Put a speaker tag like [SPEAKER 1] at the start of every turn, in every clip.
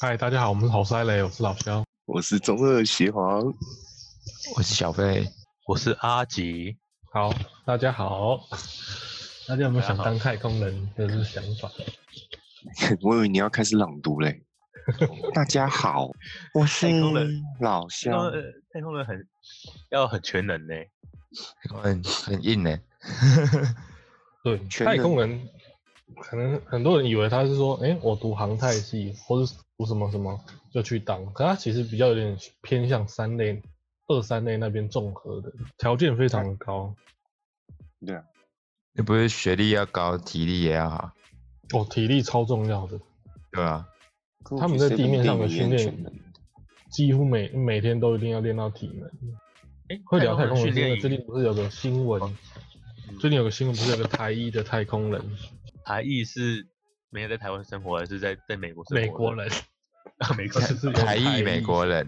[SPEAKER 1] 嗨，大家好，我们是好塞雷，我是老肖。
[SPEAKER 2] 我是中二邪 皇，
[SPEAKER 3] 我是小贝，
[SPEAKER 4] 我是阿吉，
[SPEAKER 1] 好，大家好。大家有没有想
[SPEAKER 4] 大家好
[SPEAKER 1] 当太空人的想法？
[SPEAKER 2] 我以为你要开始朗 读嘞。大家好，我是
[SPEAKER 4] 太空人
[SPEAKER 2] 老
[SPEAKER 4] 太空
[SPEAKER 2] 肖，
[SPEAKER 4] 人太空人呃很要很全能呢、
[SPEAKER 3] 很很硬欸呢。
[SPEAKER 1] 对，
[SPEAKER 2] 全
[SPEAKER 1] 太空人可能很多人以为他是说，哎、我读航太系或是读什么什么就去当，可他其实比较有点偏向三类、二三类那边综合的，条件非常的高。
[SPEAKER 2] 对啊，
[SPEAKER 3] 你不是学历要高，体力也要好，
[SPEAKER 1] 哦，体力超重要的，
[SPEAKER 3] 对吧？
[SPEAKER 2] 跟我
[SPEAKER 1] 他们
[SPEAKER 2] 去
[SPEAKER 1] 在地面上的
[SPEAKER 2] 7-Eleven
[SPEAKER 1] 训
[SPEAKER 2] 一样全
[SPEAKER 1] 练
[SPEAKER 2] 能，
[SPEAKER 1] 几乎每每天都一定要练到体能。
[SPEAKER 4] 哎、
[SPEAKER 1] 会聊太空人
[SPEAKER 4] 训
[SPEAKER 1] 是因为
[SPEAKER 4] 练
[SPEAKER 1] 最近不是有个新闻？最近有个新闻不是有个台一的太空人，
[SPEAKER 4] 台裔是没有在台湾生活，还是在在美国生活的？
[SPEAKER 1] 美国 人，
[SPEAKER 4] 啊，美国
[SPEAKER 1] 就
[SPEAKER 4] 人
[SPEAKER 1] 是有
[SPEAKER 3] 台裔美国人，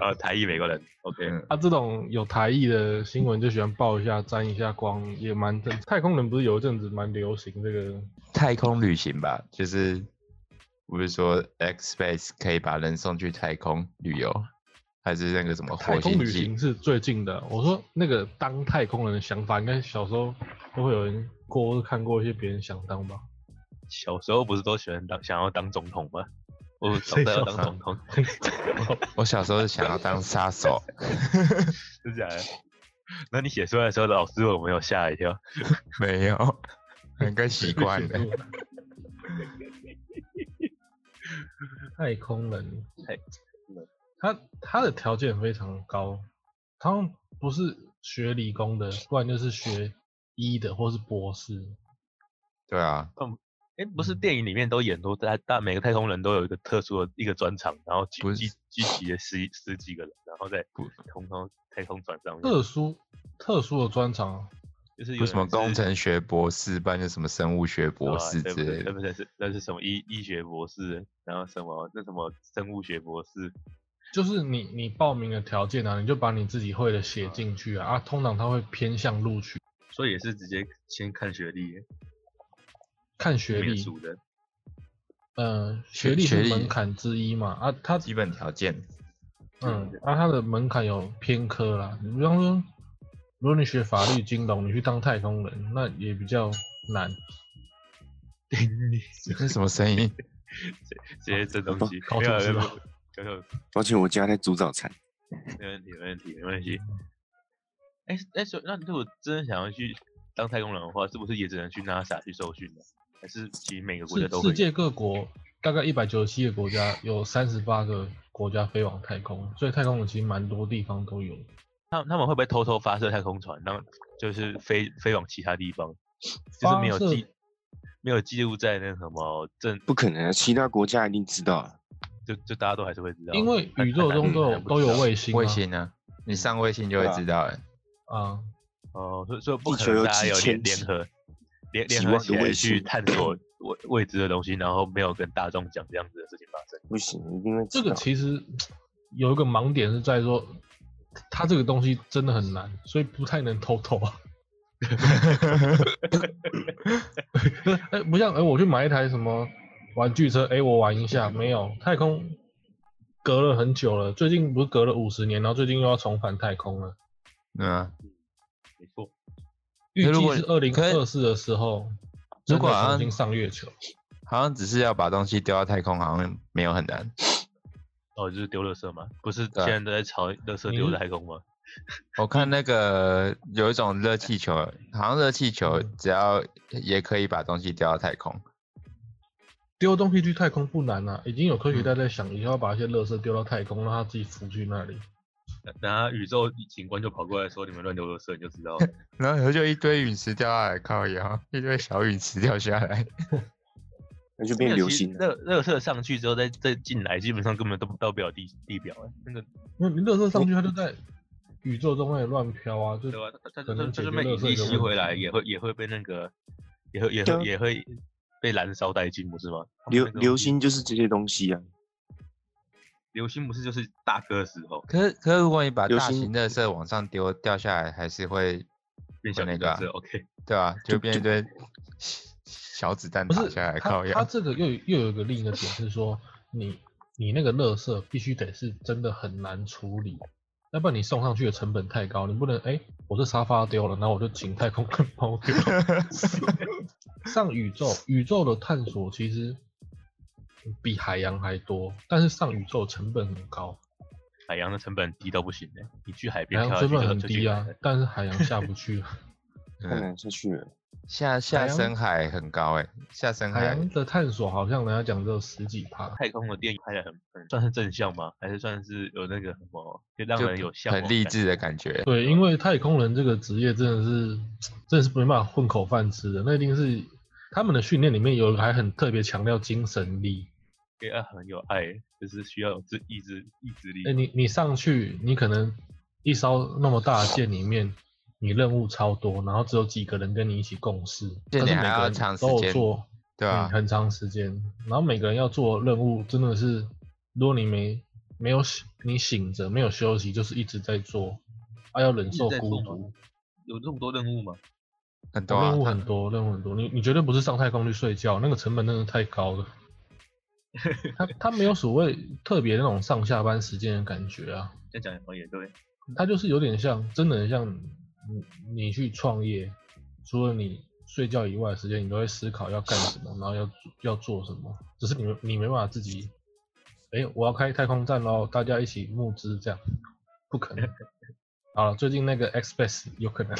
[SPEAKER 4] 啊，台裔美国人，OK，、
[SPEAKER 3] 嗯
[SPEAKER 1] 他、这种有台裔的新闻就喜欢爆一下、沾一下光，也蛮正。太空人不是有一阵子蛮流行这个，
[SPEAKER 3] 太空旅行吧，就是不是说 X Space 可以把人送去太空旅游，还是那个什么
[SPEAKER 1] 太
[SPEAKER 3] 哦火
[SPEAKER 1] 空
[SPEAKER 3] 星
[SPEAKER 1] 旅
[SPEAKER 3] 记
[SPEAKER 1] 行？是最近的。我说那个当太空人的想法，应该小时候都会有人过或是看过一些别人想当吧？
[SPEAKER 4] 小时候不是都喜欢当想要当总统吗？我长
[SPEAKER 1] 谁
[SPEAKER 4] 大要
[SPEAKER 1] 说
[SPEAKER 4] 当
[SPEAKER 1] 啊
[SPEAKER 4] 总统，
[SPEAKER 3] 我小时候想要当杀 手，
[SPEAKER 4] 是假的。 那你写出来的时候，老师有没有吓一跳？
[SPEAKER 3] 没有，应该习惯 了。
[SPEAKER 1] 太空人，
[SPEAKER 4] 太
[SPEAKER 1] 他他的条件非常高，他们不是学理工的，不然就是学医的或是博士。
[SPEAKER 3] 对啊，
[SPEAKER 4] 哎、不是电影里面都演说大大每个太空人都有一个特殊的一个专场，然后聚
[SPEAKER 3] 不
[SPEAKER 4] 聚
[SPEAKER 3] 是
[SPEAKER 4] 聚集了十十几个人，然后再
[SPEAKER 3] 不
[SPEAKER 4] 空空太空船上面，
[SPEAKER 1] 特殊特殊的专长，
[SPEAKER 4] 就是有
[SPEAKER 3] 有什么
[SPEAKER 4] 人是
[SPEAKER 3] 工程学博士，不然就什么生物学博士
[SPEAKER 4] 啊对
[SPEAKER 3] 之
[SPEAKER 4] 不对
[SPEAKER 3] 类
[SPEAKER 4] 对
[SPEAKER 3] 的。
[SPEAKER 4] 不对？是那是什么医医学博士，然后什么那什么生物学博士，
[SPEAKER 1] 就是你你报名的条件啊，你就把你自己会的写进去啊。啊，通常他会偏向录取，
[SPEAKER 4] 所以也是直接先看学历，
[SPEAKER 1] 看学
[SPEAKER 4] 免
[SPEAKER 1] 历，
[SPEAKER 4] 俗的。
[SPEAKER 1] 呃，学
[SPEAKER 3] 学
[SPEAKER 1] 历
[SPEAKER 3] 学
[SPEAKER 1] 是
[SPEAKER 3] 历
[SPEAKER 1] 门槛之一嘛。啊，他
[SPEAKER 3] 基本条件，
[SPEAKER 1] 嗯，啊，它的门槛有偏科啦。你比方说，如果你学法律、金融，你去当太空人，那也比较难。
[SPEAKER 3] 那什么声 音？
[SPEAKER 4] 这
[SPEAKER 1] 哦
[SPEAKER 4] 些这东西，
[SPEAKER 1] 搞
[SPEAKER 4] 没
[SPEAKER 1] 清
[SPEAKER 4] 有
[SPEAKER 1] 楚
[SPEAKER 4] 没
[SPEAKER 1] 了
[SPEAKER 4] 有没
[SPEAKER 1] 啊
[SPEAKER 4] 有
[SPEAKER 2] 抱歉，我家在煮早餐。
[SPEAKER 4] 没问题，没问题，没问题。哎哎，所以那如果真的想要去当太空人的话，是不是也只能去 NASA 去受训呢？还是其实每个国家
[SPEAKER 1] 世
[SPEAKER 4] 都会
[SPEAKER 1] 世？界各国大概一百九十七个国家，有三十八个国家飞往太空，所以太空人其实蛮多地方都有。
[SPEAKER 4] 他他们会不会偷偷发射太空船，让就是飞飞往其他地方，就是
[SPEAKER 1] 发
[SPEAKER 4] 没有
[SPEAKER 1] 射
[SPEAKER 4] 记没有记录在那个什么正
[SPEAKER 2] 不可能啊，其他国家一定知道啊。
[SPEAKER 4] 就就大家都还是会知道，
[SPEAKER 1] 因为
[SPEAKER 4] 很
[SPEAKER 1] 宇宙
[SPEAKER 4] 很难
[SPEAKER 1] 中都
[SPEAKER 4] 很
[SPEAKER 1] 有
[SPEAKER 4] 嗯难不
[SPEAKER 1] 都
[SPEAKER 4] 知
[SPEAKER 1] 有
[SPEAKER 4] 道
[SPEAKER 1] 卫星、啊，
[SPEAKER 3] 卫星呢？你上卫星就
[SPEAKER 2] 对
[SPEAKER 3] 会
[SPEAKER 2] 啊
[SPEAKER 3] 知道了。欸
[SPEAKER 1] 啊，
[SPEAKER 4] 哦，所以所以不
[SPEAKER 2] 地
[SPEAKER 4] 可
[SPEAKER 2] 球
[SPEAKER 4] 能
[SPEAKER 2] 有
[SPEAKER 4] 大家
[SPEAKER 2] 几
[SPEAKER 4] 有
[SPEAKER 2] 千
[SPEAKER 4] 联联
[SPEAKER 2] 几
[SPEAKER 4] 合联
[SPEAKER 2] 几
[SPEAKER 4] 联合
[SPEAKER 2] 万
[SPEAKER 4] 起
[SPEAKER 2] 个
[SPEAKER 4] 来
[SPEAKER 2] 卫
[SPEAKER 4] 去
[SPEAKER 2] 星
[SPEAKER 4] 探索未未知的东西，然后没有跟大众讲这样子的事情发生。
[SPEAKER 2] 不行，一定会
[SPEAKER 1] 这
[SPEAKER 2] 知道。
[SPEAKER 3] 啊
[SPEAKER 1] 个其实有一个盲点是在说，它这个东西真的很难，所以不太能偷偷啊。 哎、不像哎、我去买一台什么玩具车，哎、我玩一下，没有太空隔了很久了，最近不是隔了五十年，然后最近又要重返太空了，
[SPEAKER 3] 对啊，
[SPEAKER 4] 没错，
[SPEAKER 1] 预
[SPEAKER 3] 如
[SPEAKER 1] 计
[SPEAKER 3] 果
[SPEAKER 1] 是二零
[SPEAKER 3] 可以
[SPEAKER 1] 二四的时候，
[SPEAKER 3] 如
[SPEAKER 1] 真
[SPEAKER 3] 果
[SPEAKER 1] 的
[SPEAKER 3] 好
[SPEAKER 1] 重
[SPEAKER 3] 像
[SPEAKER 1] 新上月球，
[SPEAKER 3] 好像只是要把东西丢到太空，好像没有很难。
[SPEAKER 4] 哦，就是丢垃圾嘛，不是
[SPEAKER 3] 对
[SPEAKER 4] 现
[SPEAKER 3] 啊
[SPEAKER 4] 在都在吵垃圾丢
[SPEAKER 1] 你
[SPEAKER 4] 在太空吗？
[SPEAKER 3] 我看那个有一种热气球，好像热气球
[SPEAKER 1] 嗯
[SPEAKER 3] 只要也可以把东西丢到太空。
[SPEAKER 1] 丢东西去太空不难啊，已经有科学
[SPEAKER 3] 嗯
[SPEAKER 1] 家在想，以后要把一些垃圾丢到太空，让它自己浮去那里。
[SPEAKER 4] 然后宇宙警官就跑过来说：“你们乱丢垃圾，你就 知道了。
[SPEAKER 3] 然后就一堆陨石掉下来，靠腰，一堆小陨石掉下来。
[SPEAKER 2] 那就”
[SPEAKER 4] 没
[SPEAKER 2] 变
[SPEAKER 4] 有
[SPEAKER 2] 流
[SPEAKER 4] 其实
[SPEAKER 2] 星了。
[SPEAKER 4] 热热色上去之后再再进来，基本上根本都到不了地地表了。那个
[SPEAKER 1] 那你乐色上去，它就在宇宙中会乱飘啊，就
[SPEAKER 4] 对吧？它它
[SPEAKER 1] 可
[SPEAKER 4] 它
[SPEAKER 1] 能
[SPEAKER 4] 它
[SPEAKER 1] 解
[SPEAKER 4] 就
[SPEAKER 1] 决
[SPEAKER 4] 被
[SPEAKER 1] 垃
[SPEAKER 4] 引
[SPEAKER 1] 圾
[SPEAKER 4] 力
[SPEAKER 1] 的
[SPEAKER 4] 吸
[SPEAKER 1] 问
[SPEAKER 4] 回来，
[SPEAKER 1] 题
[SPEAKER 4] 也会也会被那个，也会也
[SPEAKER 2] 对啊
[SPEAKER 4] 会也会被燃烧殆尽，不是吗？他们
[SPEAKER 2] 流
[SPEAKER 4] 那个
[SPEAKER 2] 流
[SPEAKER 4] 东西
[SPEAKER 2] 星就是这些东西啊，
[SPEAKER 4] 流星不是就是大颗的时候
[SPEAKER 3] 可是可是如果你把
[SPEAKER 2] 流
[SPEAKER 3] 大
[SPEAKER 2] 星
[SPEAKER 3] 型热色往上丢，掉下来还是会，
[SPEAKER 4] 变小
[SPEAKER 3] 那
[SPEAKER 4] 颗
[SPEAKER 3] 个啊
[SPEAKER 4] 是 OK，
[SPEAKER 3] 对吧、就
[SPEAKER 2] 就
[SPEAKER 3] 变一
[SPEAKER 2] 就
[SPEAKER 3] 堆小小子弹
[SPEAKER 1] 不
[SPEAKER 3] 打
[SPEAKER 1] 是
[SPEAKER 3] 下
[SPEAKER 1] 它
[SPEAKER 3] 来，靠
[SPEAKER 1] 它
[SPEAKER 3] 腰。
[SPEAKER 1] 这个又有又有一个另一个点是说，你你那个垃圾必须得是真的很难处理，要不然你送上去的成本太高，你不能哎、我这沙发丢了，然后我就请太空人帮我 丢。上宇宙，宇宙的探索其实比海洋还多，但是上宇宙成本很高，
[SPEAKER 4] 海洋的成本低到不行的，你去海边
[SPEAKER 1] 海洋
[SPEAKER 4] 跳
[SPEAKER 1] 成本
[SPEAKER 4] 下去就
[SPEAKER 1] 很
[SPEAKER 4] 就去
[SPEAKER 1] 低啊
[SPEAKER 4] 海了，
[SPEAKER 1] 但是海洋下不去啊，
[SPEAKER 2] 太难下去了。
[SPEAKER 3] 嗯下下
[SPEAKER 1] 海洋
[SPEAKER 3] 深海很高哎、下深
[SPEAKER 1] 海
[SPEAKER 3] 海
[SPEAKER 1] 洋的探索好像人家讲只有十几趴，
[SPEAKER 4] 太空的电影拍的很很算是正向吗？还是算是有那个什么，就让
[SPEAKER 3] 就
[SPEAKER 4] 人有向往
[SPEAKER 3] 很励志的感觉。
[SPEAKER 1] 对，因为太空人这个职业真的是，真的是没办法混口饭吃的。那一定是他们的训练里面有还很特别强调精神力。
[SPEAKER 4] 觉，对啊，很有爱，就是需要有自意志意志力。
[SPEAKER 1] 哎、你你上去，你可能一艘那么大的舰里面，你任务超多，然后只有几个人跟你一起共事，但
[SPEAKER 3] 这
[SPEAKER 1] 是
[SPEAKER 3] 你还
[SPEAKER 1] 每
[SPEAKER 3] 要
[SPEAKER 1] 个人
[SPEAKER 3] 长时
[SPEAKER 1] 都有
[SPEAKER 3] 间
[SPEAKER 1] 做，
[SPEAKER 3] 对啊
[SPEAKER 1] 嗯，很长时间。然后每个人要做任务，真的是，如果你没没有醒，你醒着没有休息，就是一直在做，啊，要忍
[SPEAKER 4] 一直
[SPEAKER 1] 受
[SPEAKER 4] 在
[SPEAKER 1] 孤
[SPEAKER 4] 做
[SPEAKER 1] 独
[SPEAKER 4] 吗。有这么多任务吗？
[SPEAKER 3] 很多、啊
[SPEAKER 1] 任务，很多，任务很多。你你绝对不是上太空去睡觉，那个成本真的太高 了。他他没有所谓特别那种上下班时间的感觉啊，
[SPEAKER 4] 这样讲好像也对，
[SPEAKER 1] 他就是有点像，真的很像你你去创业，除了你睡觉以外的时间，你都会思考要干什么，然后要要做什么，只是你没你没办法自己，哎、我要开太空站喽，大家一起募资这样，不可能。好了，最近那个 Xbase 有可能，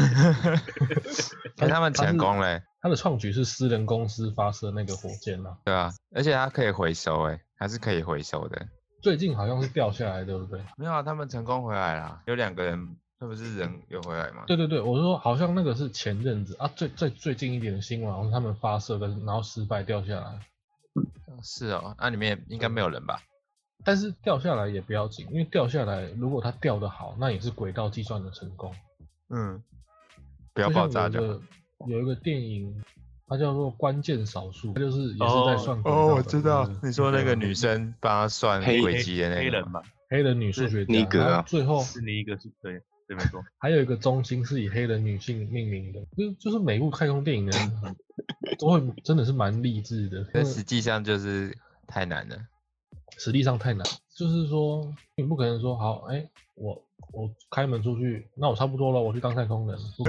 [SPEAKER 3] 可是他们
[SPEAKER 1] 他是
[SPEAKER 3] 成功欸嘞、
[SPEAKER 1] 他的创举是私人公司发射那个火箭啊，
[SPEAKER 3] 对啊，而且它可以回收哎、它是可以回收的。
[SPEAKER 1] 最近好像是掉下来，对不对？
[SPEAKER 3] 没有啊，他们成功回来啦，有两个人，他不是人有回来吗？
[SPEAKER 1] 对对对，我说好像那个是前阵子啊，最最最近一点的新闻，好像他们发射的，然后失败掉下来。
[SPEAKER 3] 是哦，那、里面应该没有人吧？
[SPEAKER 1] 但是掉下来也不要紧，因为掉下来如果它掉得好，那也是轨道计算的成功。
[SPEAKER 3] 嗯，不
[SPEAKER 1] 不
[SPEAKER 3] 要爆炸
[SPEAKER 1] 有一
[SPEAKER 3] 就好。
[SPEAKER 1] 个有一个电影，它叫做《关键少数》，它就是也是
[SPEAKER 4] 哦
[SPEAKER 1] 在算轨道的
[SPEAKER 3] 哦，我知道
[SPEAKER 1] 嗯，
[SPEAKER 3] 你说那个女生帮他算
[SPEAKER 2] 黑
[SPEAKER 3] 轨迹的
[SPEAKER 4] 黑
[SPEAKER 3] 那个
[SPEAKER 4] 人
[SPEAKER 3] 吗，哦
[SPEAKER 4] 嘛，
[SPEAKER 1] 黑人女数学家，
[SPEAKER 2] 尼格啊
[SPEAKER 1] 然后最后
[SPEAKER 4] 是你一个是对对没错，
[SPEAKER 1] 还有一个中心是以黑人女性命名的，就是就是每部太空电影的人 都会真的是蛮励志的，
[SPEAKER 3] 但
[SPEAKER 1] 真的
[SPEAKER 3] 实际上就是太难了。
[SPEAKER 1] 实力上太难。就是说，你不可能说好，哎、我我开门出去，那我差不多了，我去当太空人，不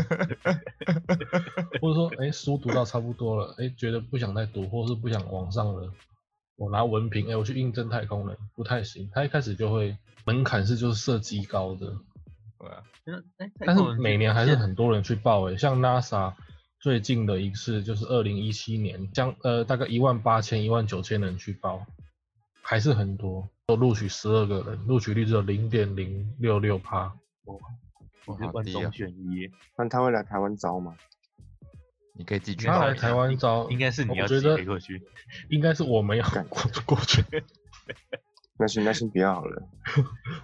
[SPEAKER 1] 或者说，哎、书读到差不多了，哎、觉得不想再读，或是不想往上了，我拿文凭，哎、我去应征太空人，不太行。他一开始就会门槛是就是设计高的，
[SPEAKER 3] 对啊
[SPEAKER 4] 那哎，太
[SPEAKER 1] 但是
[SPEAKER 4] 空人
[SPEAKER 1] 每
[SPEAKER 4] 去
[SPEAKER 1] 年还是
[SPEAKER 4] 现
[SPEAKER 1] 很多人去报诶、像 NASA 最近的一次就是二零一七年，将呃大概一万八千、一万九千人去报，还是很多，都录取十二个人，录取率只有零点零六六趴。
[SPEAKER 4] 你
[SPEAKER 3] 哇
[SPEAKER 4] 是
[SPEAKER 3] 好
[SPEAKER 4] 万
[SPEAKER 3] 低
[SPEAKER 1] 啊
[SPEAKER 4] 中
[SPEAKER 3] 哦
[SPEAKER 4] 选一，
[SPEAKER 2] 那他会来台湾招吗？
[SPEAKER 3] 你可以自己去
[SPEAKER 1] 他
[SPEAKER 3] 报
[SPEAKER 1] 来
[SPEAKER 3] 名啊
[SPEAKER 1] 台湾招，
[SPEAKER 4] 应该是你要
[SPEAKER 1] 我
[SPEAKER 4] 自
[SPEAKER 1] 觉
[SPEAKER 4] 己
[SPEAKER 1] 得
[SPEAKER 4] 飞过去，
[SPEAKER 1] 应该是我没有
[SPEAKER 2] 干
[SPEAKER 1] 过过去，
[SPEAKER 2] 那先那先不要好了。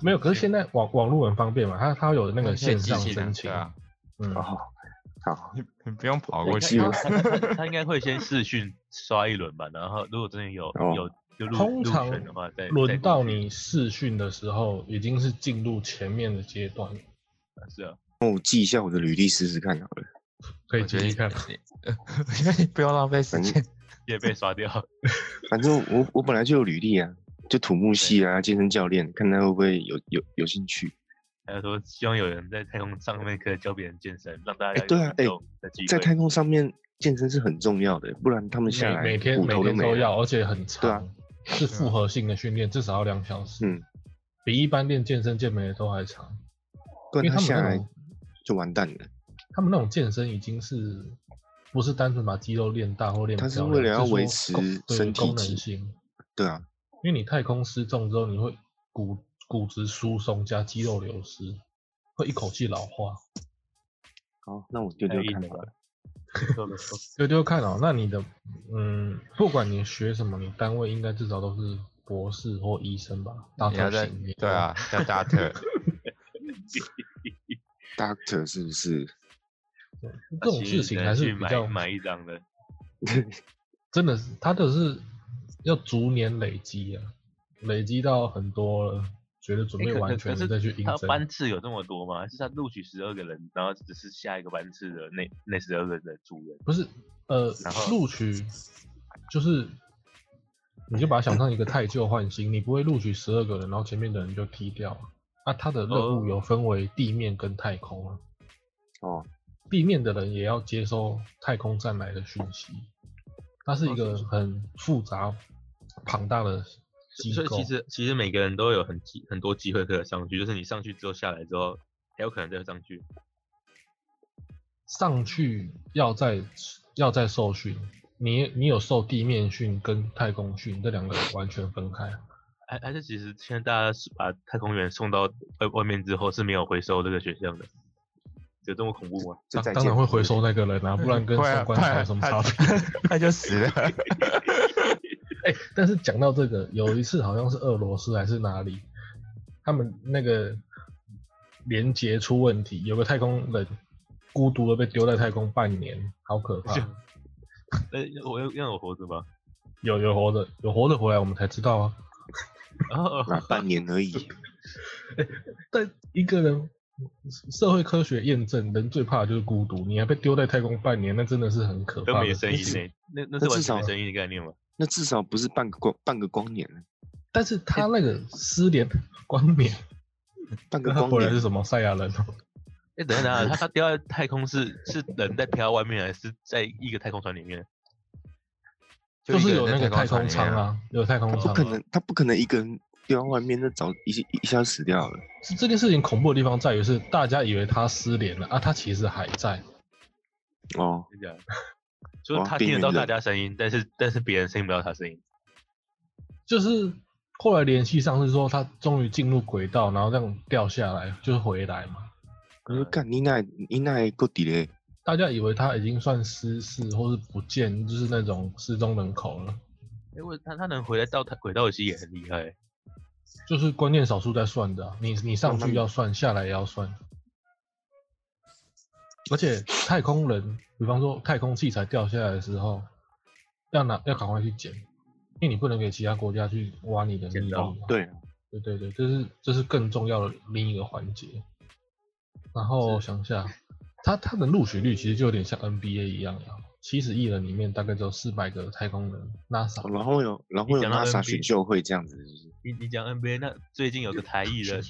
[SPEAKER 1] 没有。可是现在网网络很方便嘛，他他有那
[SPEAKER 4] 嗯
[SPEAKER 1] 个
[SPEAKER 3] 你可以
[SPEAKER 1] 线
[SPEAKER 3] 寄
[SPEAKER 1] 上
[SPEAKER 3] 信啊
[SPEAKER 1] 申请
[SPEAKER 3] 对，啊，
[SPEAKER 1] 嗯，
[SPEAKER 2] 哦，好，
[SPEAKER 3] 你不用跑
[SPEAKER 2] 我
[SPEAKER 3] 过
[SPEAKER 2] 记
[SPEAKER 3] 去
[SPEAKER 2] 得
[SPEAKER 4] 他他他他应该会先试训刷一轮吧，然后如果真的有
[SPEAKER 2] 哦
[SPEAKER 4] 有就入
[SPEAKER 1] 通
[SPEAKER 4] 入
[SPEAKER 1] 常
[SPEAKER 4] 选的话，再再
[SPEAKER 1] 轮
[SPEAKER 4] 过
[SPEAKER 1] 到
[SPEAKER 4] 去
[SPEAKER 1] 你试训的时候，已经是进入前面的阶段了，
[SPEAKER 4] 啊是啊，
[SPEAKER 2] 那我记一下我的履历试试看好了。
[SPEAKER 1] 可以
[SPEAKER 3] 我
[SPEAKER 1] 继
[SPEAKER 3] 觉得
[SPEAKER 1] 续看。
[SPEAKER 3] 你，我觉得你 不用浪费时
[SPEAKER 2] 反正
[SPEAKER 3] 间。
[SPEAKER 4] 也被刷掉。
[SPEAKER 2] 反正我我本来就有履历啊，就土木系啊，健身教练，看他会不会有有有兴趣。
[SPEAKER 4] 还有说，希望有人在太空上面可以教别人健身，让大家
[SPEAKER 2] 哎对啊哎
[SPEAKER 4] 有的机
[SPEAKER 2] 在
[SPEAKER 4] 会。
[SPEAKER 2] 太空上面健身是很重要的，不然他们下来
[SPEAKER 1] 每每天
[SPEAKER 2] 骨
[SPEAKER 1] 每
[SPEAKER 2] 头
[SPEAKER 1] 天
[SPEAKER 2] 没
[SPEAKER 1] 都
[SPEAKER 2] 了。
[SPEAKER 1] 要，而且很长，
[SPEAKER 2] 对啊
[SPEAKER 1] 是复合性的训练，至少要两小时，
[SPEAKER 2] 嗯，
[SPEAKER 1] 比一般练健身健美的都还长。
[SPEAKER 2] 不
[SPEAKER 1] 因为
[SPEAKER 2] 然
[SPEAKER 1] 他们
[SPEAKER 2] 下
[SPEAKER 1] 那
[SPEAKER 2] 来
[SPEAKER 1] 种
[SPEAKER 2] 就完蛋了。
[SPEAKER 1] 他们那种健身已经是不是单纯把肌肉练大或练
[SPEAKER 2] 他是
[SPEAKER 1] 漂亮
[SPEAKER 2] 为了要
[SPEAKER 1] 说
[SPEAKER 2] 维持
[SPEAKER 1] 功对
[SPEAKER 2] 身体
[SPEAKER 1] 功能
[SPEAKER 2] 机
[SPEAKER 1] 性，
[SPEAKER 2] 对啊，
[SPEAKER 1] 因为你太空失重之后，你会骨骨质疏松加肌肉流失，会一口气老化。
[SPEAKER 2] 好，那我丢丢
[SPEAKER 4] 太硬
[SPEAKER 2] 看
[SPEAKER 4] 了
[SPEAKER 2] 好了。
[SPEAKER 4] 没错没错
[SPEAKER 1] 丢丢看哦，那你的嗯，不管你学什么，你单位应该至少都是博士或医生吧？大
[SPEAKER 3] 你要
[SPEAKER 1] 特
[SPEAKER 3] 在
[SPEAKER 1] 型
[SPEAKER 3] 对，啊，要 大特
[SPEAKER 2] Doctor 是不是？
[SPEAKER 1] 这
[SPEAKER 4] 啊
[SPEAKER 1] 种事情还
[SPEAKER 4] 去
[SPEAKER 1] 是比
[SPEAKER 4] 买
[SPEAKER 1] 较
[SPEAKER 4] 买一张的，
[SPEAKER 1] 真的是，他的是要逐年累积啊，累积到很多了，觉得准备
[SPEAKER 4] 哎可
[SPEAKER 1] 完
[SPEAKER 4] 可
[SPEAKER 1] 全
[SPEAKER 4] 可
[SPEAKER 1] 了再去
[SPEAKER 4] 是
[SPEAKER 1] 应
[SPEAKER 4] 他
[SPEAKER 1] 征。
[SPEAKER 4] 班次有这么多吗？还是他录取十二个人，然后只是下一个班次的那那十二个人的主人？
[SPEAKER 1] 不是，呃
[SPEAKER 4] 然，后
[SPEAKER 1] 录取就是你就把它想象一个太旧换新，你不会录取十二个人，然后前面的人就踢掉啊。那它的任
[SPEAKER 4] 哦
[SPEAKER 1] 务有分为地面跟太空啊，
[SPEAKER 2] 哦，
[SPEAKER 1] 地面的人也要接收太空站来的讯息，它
[SPEAKER 4] 哦
[SPEAKER 1] 是一个很复杂、庞大的机
[SPEAKER 4] 所以
[SPEAKER 1] 构
[SPEAKER 4] 其。实其实每个人都有很机很多机会可以上去，就是你上去之后下来之后，还有可能再上去。
[SPEAKER 1] 上去要再要再受训，你你有受地面训跟太空训这两个完全分开。啊
[SPEAKER 4] 还还是其实现在大家是把太空员送到外外面之后是没有回收这个选项的，有这么恐怖吗？
[SPEAKER 2] 这
[SPEAKER 1] 当
[SPEAKER 2] 再
[SPEAKER 1] 当
[SPEAKER 2] 见嗯
[SPEAKER 1] 然。会回收那个人啊，不然跟
[SPEAKER 3] 会啊
[SPEAKER 1] 上官潮有什么差别？
[SPEAKER 2] 啊
[SPEAKER 3] 他就死了。
[SPEAKER 1] 哎、但是讲到这个，有一次好像是俄罗斯还是哪里，他们那个连接出问题，有个太空人孤独的被丢在太空半年，好可怕。
[SPEAKER 4] 那哎我要让我活着吧。
[SPEAKER 1] 有有活着，有活着回来，我们才知道啊。
[SPEAKER 4] 然后
[SPEAKER 2] 啊，半 年而已，
[SPEAKER 1] 但一个人，社会科学验证，人最怕的就是孤独。你还被丢在太空半年，那真的是很可
[SPEAKER 4] 都
[SPEAKER 1] 怕
[SPEAKER 4] 没
[SPEAKER 1] 的。
[SPEAKER 4] 声音呢，那那是
[SPEAKER 2] 那
[SPEAKER 4] 完
[SPEAKER 2] 至
[SPEAKER 4] 全
[SPEAKER 2] 少
[SPEAKER 4] 没声音的概念吗？
[SPEAKER 2] 那至少不是半个光半个光年了，
[SPEAKER 1] 但是他那个失联光年，
[SPEAKER 2] 半
[SPEAKER 1] 那
[SPEAKER 2] 个
[SPEAKER 1] 他
[SPEAKER 2] 光
[SPEAKER 1] 回来
[SPEAKER 2] 年
[SPEAKER 1] 是什么赛亚人哦？
[SPEAKER 4] 哎、等一下，等一下，他他掉在太空是是人在飘到外面，还是在一个太空船里面？
[SPEAKER 1] 就是有那个太空
[SPEAKER 3] 舱
[SPEAKER 1] 舱，啊，有太空
[SPEAKER 2] 不
[SPEAKER 1] 舱
[SPEAKER 2] 可
[SPEAKER 1] 啊。
[SPEAKER 2] 能，他不可能一个人丢到外面，那早一下一下就死掉了。
[SPEAKER 1] 是这件事情恐怖的地方在于是，大家以为他失联了啊，他其实还在。
[SPEAKER 2] 哦，
[SPEAKER 4] 是这样，就是
[SPEAKER 2] 哇
[SPEAKER 4] 他
[SPEAKER 2] 边
[SPEAKER 4] 听得到
[SPEAKER 2] 缘
[SPEAKER 4] 大
[SPEAKER 2] 人
[SPEAKER 4] 家声音，但是但是别人听不到他声音。
[SPEAKER 1] 就是后来联系上是说他终于进入轨道，然后这样掉下来，就是回来嘛。
[SPEAKER 2] 我说干，你那你那够底嘞？
[SPEAKER 1] 大家以为他已经算失事或是不见，就是那种失踪人口了。
[SPEAKER 4] 哎、我他他能回来到他轨道其实也很厉害、
[SPEAKER 1] 就是关键少数在算的啊、你你上
[SPEAKER 2] 哦那
[SPEAKER 1] 去
[SPEAKER 2] 你
[SPEAKER 1] 要算，下来也要算。而且太空人，比方说太空器材掉下来的时候，要拿要赶快去捡，因为你不能给其他国家去挖你的
[SPEAKER 4] 捡
[SPEAKER 1] 利益
[SPEAKER 4] 到
[SPEAKER 1] 嘛。
[SPEAKER 2] 对啊，
[SPEAKER 1] 对对对，这是这是更重要的另一个环节。然后想一下，他他的录取率其实就有点像 NBA 一样啊，七十亿人里面大概只有四百个太空人，NASA
[SPEAKER 2] 哦然后有然后
[SPEAKER 4] 你
[SPEAKER 2] 有
[SPEAKER 4] 讲到
[SPEAKER 2] NASA
[SPEAKER 4] NBA
[SPEAKER 2] 选秀会这样子，就是
[SPEAKER 4] 你你讲 NBA，那最近有个台裔的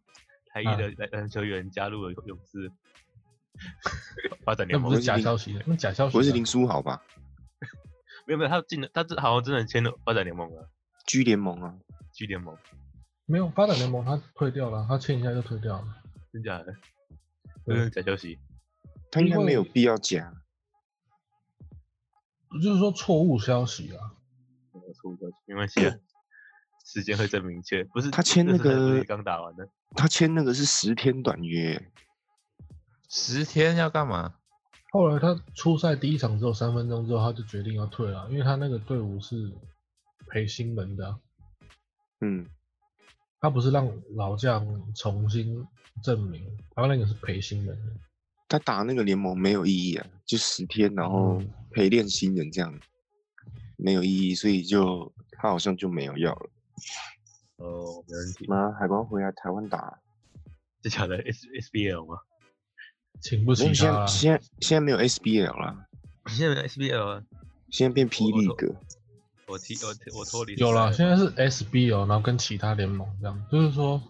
[SPEAKER 4] 台裔
[SPEAKER 1] 啊
[SPEAKER 4] 的篮呃篮球员加入了勇勇士， 发展
[SPEAKER 1] 那
[SPEAKER 4] 联
[SPEAKER 1] 不
[SPEAKER 4] 盟
[SPEAKER 1] 是。假消息，那假消息啊。
[SPEAKER 2] 不是林书豪吧
[SPEAKER 4] 没有没有，他进了，他这好像真的签了发展联盟了
[SPEAKER 2] ？G 联盟啊，
[SPEAKER 4] ，G 联盟，
[SPEAKER 1] 没有发展联盟，他退掉了，他签一下就退掉了。
[SPEAKER 4] 真假的？这
[SPEAKER 1] 对
[SPEAKER 4] 是假消息。
[SPEAKER 2] 他应该没有必要加。
[SPEAKER 1] 就是说错误消息啊，
[SPEAKER 4] 没有错误消息，没关系啊，时间会证明一切。不是
[SPEAKER 2] 他签那
[SPEAKER 4] 这是
[SPEAKER 2] 个
[SPEAKER 4] 刚打完的，
[SPEAKER 2] 他签那个是十天短约，
[SPEAKER 3] 十天要干嘛？
[SPEAKER 1] 后来他初赛第一场之后三分钟之后他就决定要退了，因为他那个队伍是陪新人的啊、
[SPEAKER 2] 嗯，
[SPEAKER 1] 他不是让老将重新证明，然后那个是陪新人的。
[SPEAKER 2] 他打那个联盟没有意义啊，就十天，然后
[SPEAKER 4] 哦
[SPEAKER 1] 嗯
[SPEAKER 2] 陪练新人这样，没有意义，所以就他好像就没有要了。
[SPEAKER 4] 哦，没问题。
[SPEAKER 2] 妈，海关回来台湾打，
[SPEAKER 4] 这假的 S SBL 吗？
[SPEAKER 1] 请不
[SPEAKER 2] 没
[SPEAKER 1] 起
[SPEAKER 2] 有现
[SPEAKER 1] 他啊
[SPEAKER 2] 在
[SPEAKER 4] 啊
[SPEAKER 1] 啦，
[SPEAKER 2] 现在现在没有 SBL 啦，
[SPEAKER 4] 现在有 SBL 啊，
[SPEAKER 2] 现在变霹雳
[SPEAKER 4] 我
[SPEAKER 2] 哥，
[SPEAKER 4] 我踢我踢我脱离
[SPEAKER 1] 有啦，
[SPEAKER 4] 了，
[SPEAKER 1] 现在是 SBL，然后跟其他联盟这样，就是说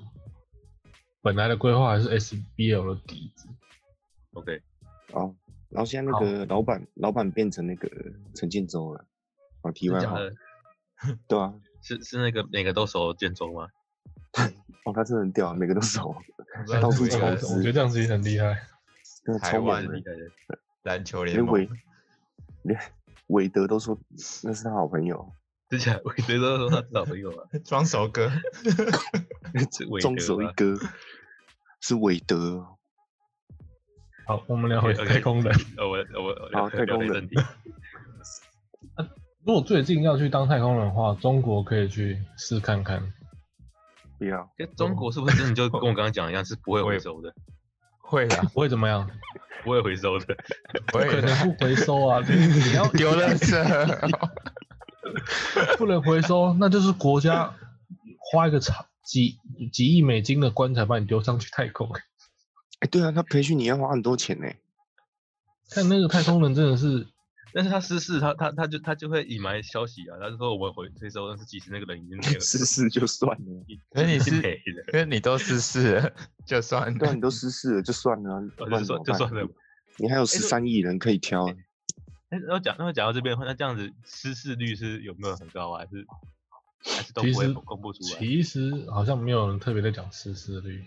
[SPEAKER 1] 本来的规划还是 SBL 的底子，
[SPEAKER 4] OK，
[SPEAKER 2] 哦，然后现在那个老板老板变成那个陈建州了，哦，题
[SPEAKER 4] 真
[SPEAKER 2] 外
[SPEAKER 4] 假
[SPEAKER 2] 话，
[SPEAKER 4] 的？
[SPEAKER 2] 对啊，
[SPEAKER 4] 是是那个每个都熟的建州吗？
[SPEAKER 2] 哦，他真的很屌，每个都熟，
[SPEAKER 3] 不知道
[SPEAKER 2] 到处
[SPEAKER 3] 每个
[SPEAKER 2] 投
[SPEAKER 1] 我
[SPEAKER 2] 资
[SPEAKER 1] 觉得这样子也很厉害。
[SPEAKER 2] 真的
[SPEAKER 3] 台
[SPEAKER 2] 超
[SPEAKER 3] 湾
[SPEAKER 2] 猛
[SPEAKER 4] 是
[SPEAKER 2] 的
[SPEAKER 4] 厉，害的，
[SPEAKER 3] 篮球联
[SPEAKER 2] 连
[SPEAKER 3] 盟
[SPEAKER 2] 韦，连韦德都说那是他好朋友，
[SPEAKER 4] 之前韦德都说他是好朋友啊，
[SPEAKER 3] 装熟哥，
[SPEAKER 4] 是韦
[SPEAKER 2] 中
[SPEAKER 4] 德
[SPEAKER 2] 手一
[SPEAKER 4] 吗
[SPEAKER 2] 哥，是韦德哦。
[SPEAKER 1] 好，我们聊回
[SPEAKER 4] OK，OK
[SPEAKER 1] 太空人。
[SPEAKER 4] 哦，我我我
[SPEAKER 2] 好太空人
[SPEAKER 4] 问题，
[SPEAKER 1] 如果最近要去当太空人的话，中国可以去试看看。
[SPEAKER 2] 不要，
[SPEAKER 4] 就中国是不是真的就跟我刚刚讲的一样，是不会回收的，
[SPEAKER 3] 会 啦，
[SPEAKER 1] 不会怎么样，
[SPEAKER 4] 不会回收的？
[SPEAKER 1] 不可
[SPEAKER 3] 会啦，
[SPEAKER 1] 能不回收啊！你要
[SPEAKER 3] 丢 了这，
[SPEAKER 1] 不能回收，那就是国家花一个长几几亿美金的棺材把你丢上去太空。
[SPEAKER 2] 哎、对啊，他培训你要花很多钱呢、
[SPEAKER 1] 看那个太空人真的是
[SPEAKER 4] 但是他失事，他他他就他就会隐瞒消息啊，他就说我们回这时候，但是其实那个人已经没 有嗯
[SPEAKER 2] 失事就算了，
[SPEAKER 4] 已
[SPEAKER 3] 可是你
[SPEAKER 4] 已经
[SPEAKER 3] 是
[SPEAKER 4] 没了，
[SPEAKER 3] 因为你都失事了，就算
[SPEAKER 2] 对啊，你都失事了就算了啊，不
[SPEAKER 4] 哦
[SPEAKER 2] 然怎
[SPEAKER 4] 就算
[SPEAKER 2] 么
[SPEAKER 4] 就
[SPEAKER 2] 办
[SPEAKER 4] 算了。哎
[SPEAKER 2] 你还有十
[SPEAKER 4] 就
[SPEAKER 2] 三亿人可以挑啊，
[SPEAKER 4] 但是要讲，那讲到这边的话，那这样子失事率是有没有很高啊？还是还是都
[SPEAKER 1] 其
[SPEAKER 4] 不会
[SPEAKER 1] 实
[SPEAKER 4] 公布出来？
[SPEAKER 1] 其实好像没有人特别在讲失事率，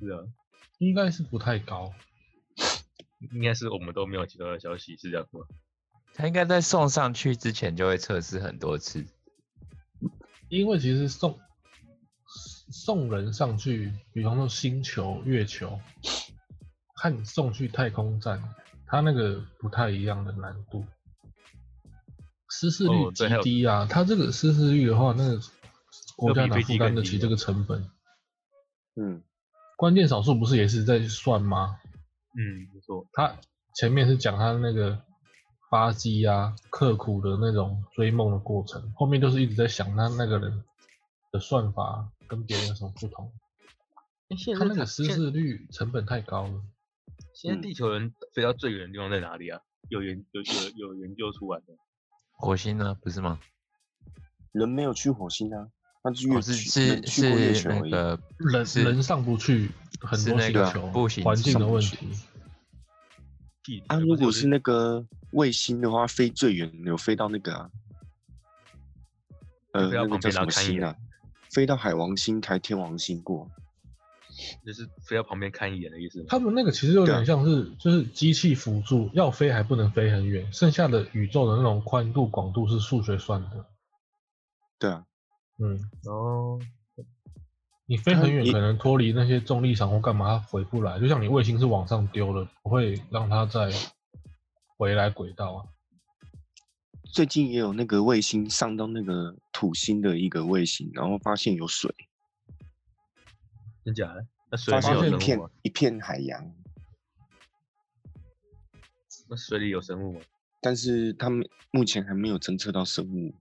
[SPEAKER 4] 是啊，
[SPEAKER 1] 应该是不太高。
[SPEAKER 4] 应该是我们都没有接到的消息，是这样吗？
[SPEAKER 3] 他应该在送上去之前就会测试很多次。
[SPEAKER 1] 因为其实送送人上去，比方说星球、月球，看送去太空站，它那个不太一样的难度，失事率
[SPEAKER 4] 哦
[SPEAKER 1] 极
[SPEAKER 4] 对还有
[SPEAKER 1] 低啊。它这个失事率的话，那个国家
[SPEAKER 4] 比
[SPEAKER 1] 哪
[SPEAKER 4] 飞
[SPEAKER 1] 负
[SPEAKER 4] 机
[SPEAKER 1] 担
[SPEAKER 4] 更
[SPEAKER 1] 得
[SPEAKER 4] 低
[SPEAKER 1] 起
[SPEAKER 4] 啊
[SPEAKER 1] 这个成本？
[SPEAKER 2] 嗯，
[SPEAKER 1] 关键少数不是也是在算吗？
[SPEAKER 4] 嗯，没错。
[SPEAKER 1] 他前面是讲他那个巴基啊刻苦的那种追梦的过程，后面就是一直在想他那个人的算法跟别人有什么不同。
[SPEAKER 4] 诶现
[SPEAKER 1] 他
[SPEAKER 4] 在
[SPEAKER 1] 那个失
[SPEAKER 4] 现
[SPEAKER 1] 事率成本太高了，
[SPEAKER 4] 现在
[SPEAKER 2] 嗯
[SPEAKER 4] 地球人飞到最远的地方在哪里啊？有研有有有研究出来的？
[SPEAKER 3] 火星呢？不是吗？
[SPEAKER 2] 人没有去火星啊，那就
[SPEAKER 3] 哦
[SPEAKER 2] 月
[SPEAKER 3] 是
[SPEAKER 2] 去人
[SPEAKER 3] 是
[SPEAKER 2] 去过月
[SPEAKER 3] 是
[SPEAKER 2] 球而
[SPEAKER 3] 那
[SPEAKER 2] 已，
[SPEAKER 3] 个
[SPEAKER 1] 人
[SPEAKER 3] 是
[SPEAKER 1] 人上不去，很
[SPEAKER 3] 是
[SPEAKER 1] 多
[SPEAKER 3] 那
[SPEAKER 1] 星
[SPEAKER 3] 个
[SPEAKER 1] 球
[SPEAKER 3] 步行
[SPEAKER 1] 环境
[SPEAKER 3] 上
[SPEAKER 1] 的
[SPEAKER 3] 不
[SPEAKER 1] 问
[SPEAKER 3] 去
[SPEAKER 1] 题。
[SPEAKER 4] 地
[SPEAKER 2] 啊，
[SPEAKER 4] 球
[SPEAKER 2] 如
[SPEAKER 4] 不
[SPEAKER 2] 果
[SPEAKER 4] 有
[SPEAKER 2] 是那个卫星的话，飞最远有飞到那个啊，呃，
[SPEAKER 4] 飞到
[SPEAKER 2] 那个叫什
[SPEAKER 4] 旁边然后
[SPEAKER 2] 么
[SPEAKER 4] 看一
[SPEAKER 2] 星
[SPEAKER 4] 眼
[SPEAKER 2] 啊？飞到海王星还天王星过，
[SPEAKER 4] 就是飞到旁边看一眼的意思吗？
[SPEAKER 1] 他们那个其实有
[SPEAKER 2] 对啊
[SPEAKER 1] 点像是就是机器辅助，要飞还不能飞很远，剩下的宇宙的那种宽度广度是数学算的。
[SPEAKER 2] 对啊，
[SPEAKER 1] 嗯，
[SPEAKER 4] 哦，
[SPEAKER 1] 你飞
[SPEAKER 2] 它
[SPEAKER 1] 很远，
[SPEAKER 2] 嗯也
[SPEAKER 1] 可能脱离那些重力场或干嘛，它回不来。就像你卫星是往上丢了，不会让它再回来轨道啊。
[SPEAKER 2] 最近也有那个卫星上到那个土星的一个卫星，然后发现有水，
[SPEAKER 4] 真假的？那水
[SPEAKER 2] 发
[SPEAKER 4] 里
[SPEAKER 2] 现
[SPEAKER 4] 有
[SPEAKER 2] 有一
[SPEAKER 4] 生
[SPEAKER 2] 片
[SPEAKER 4] 物吗？
[SPEAKER 2] 一片海洋，
[SPEAKER 4] 那水里有生物吗？
[SPEAKER 2] 但是他们目前还没有侦测到生物。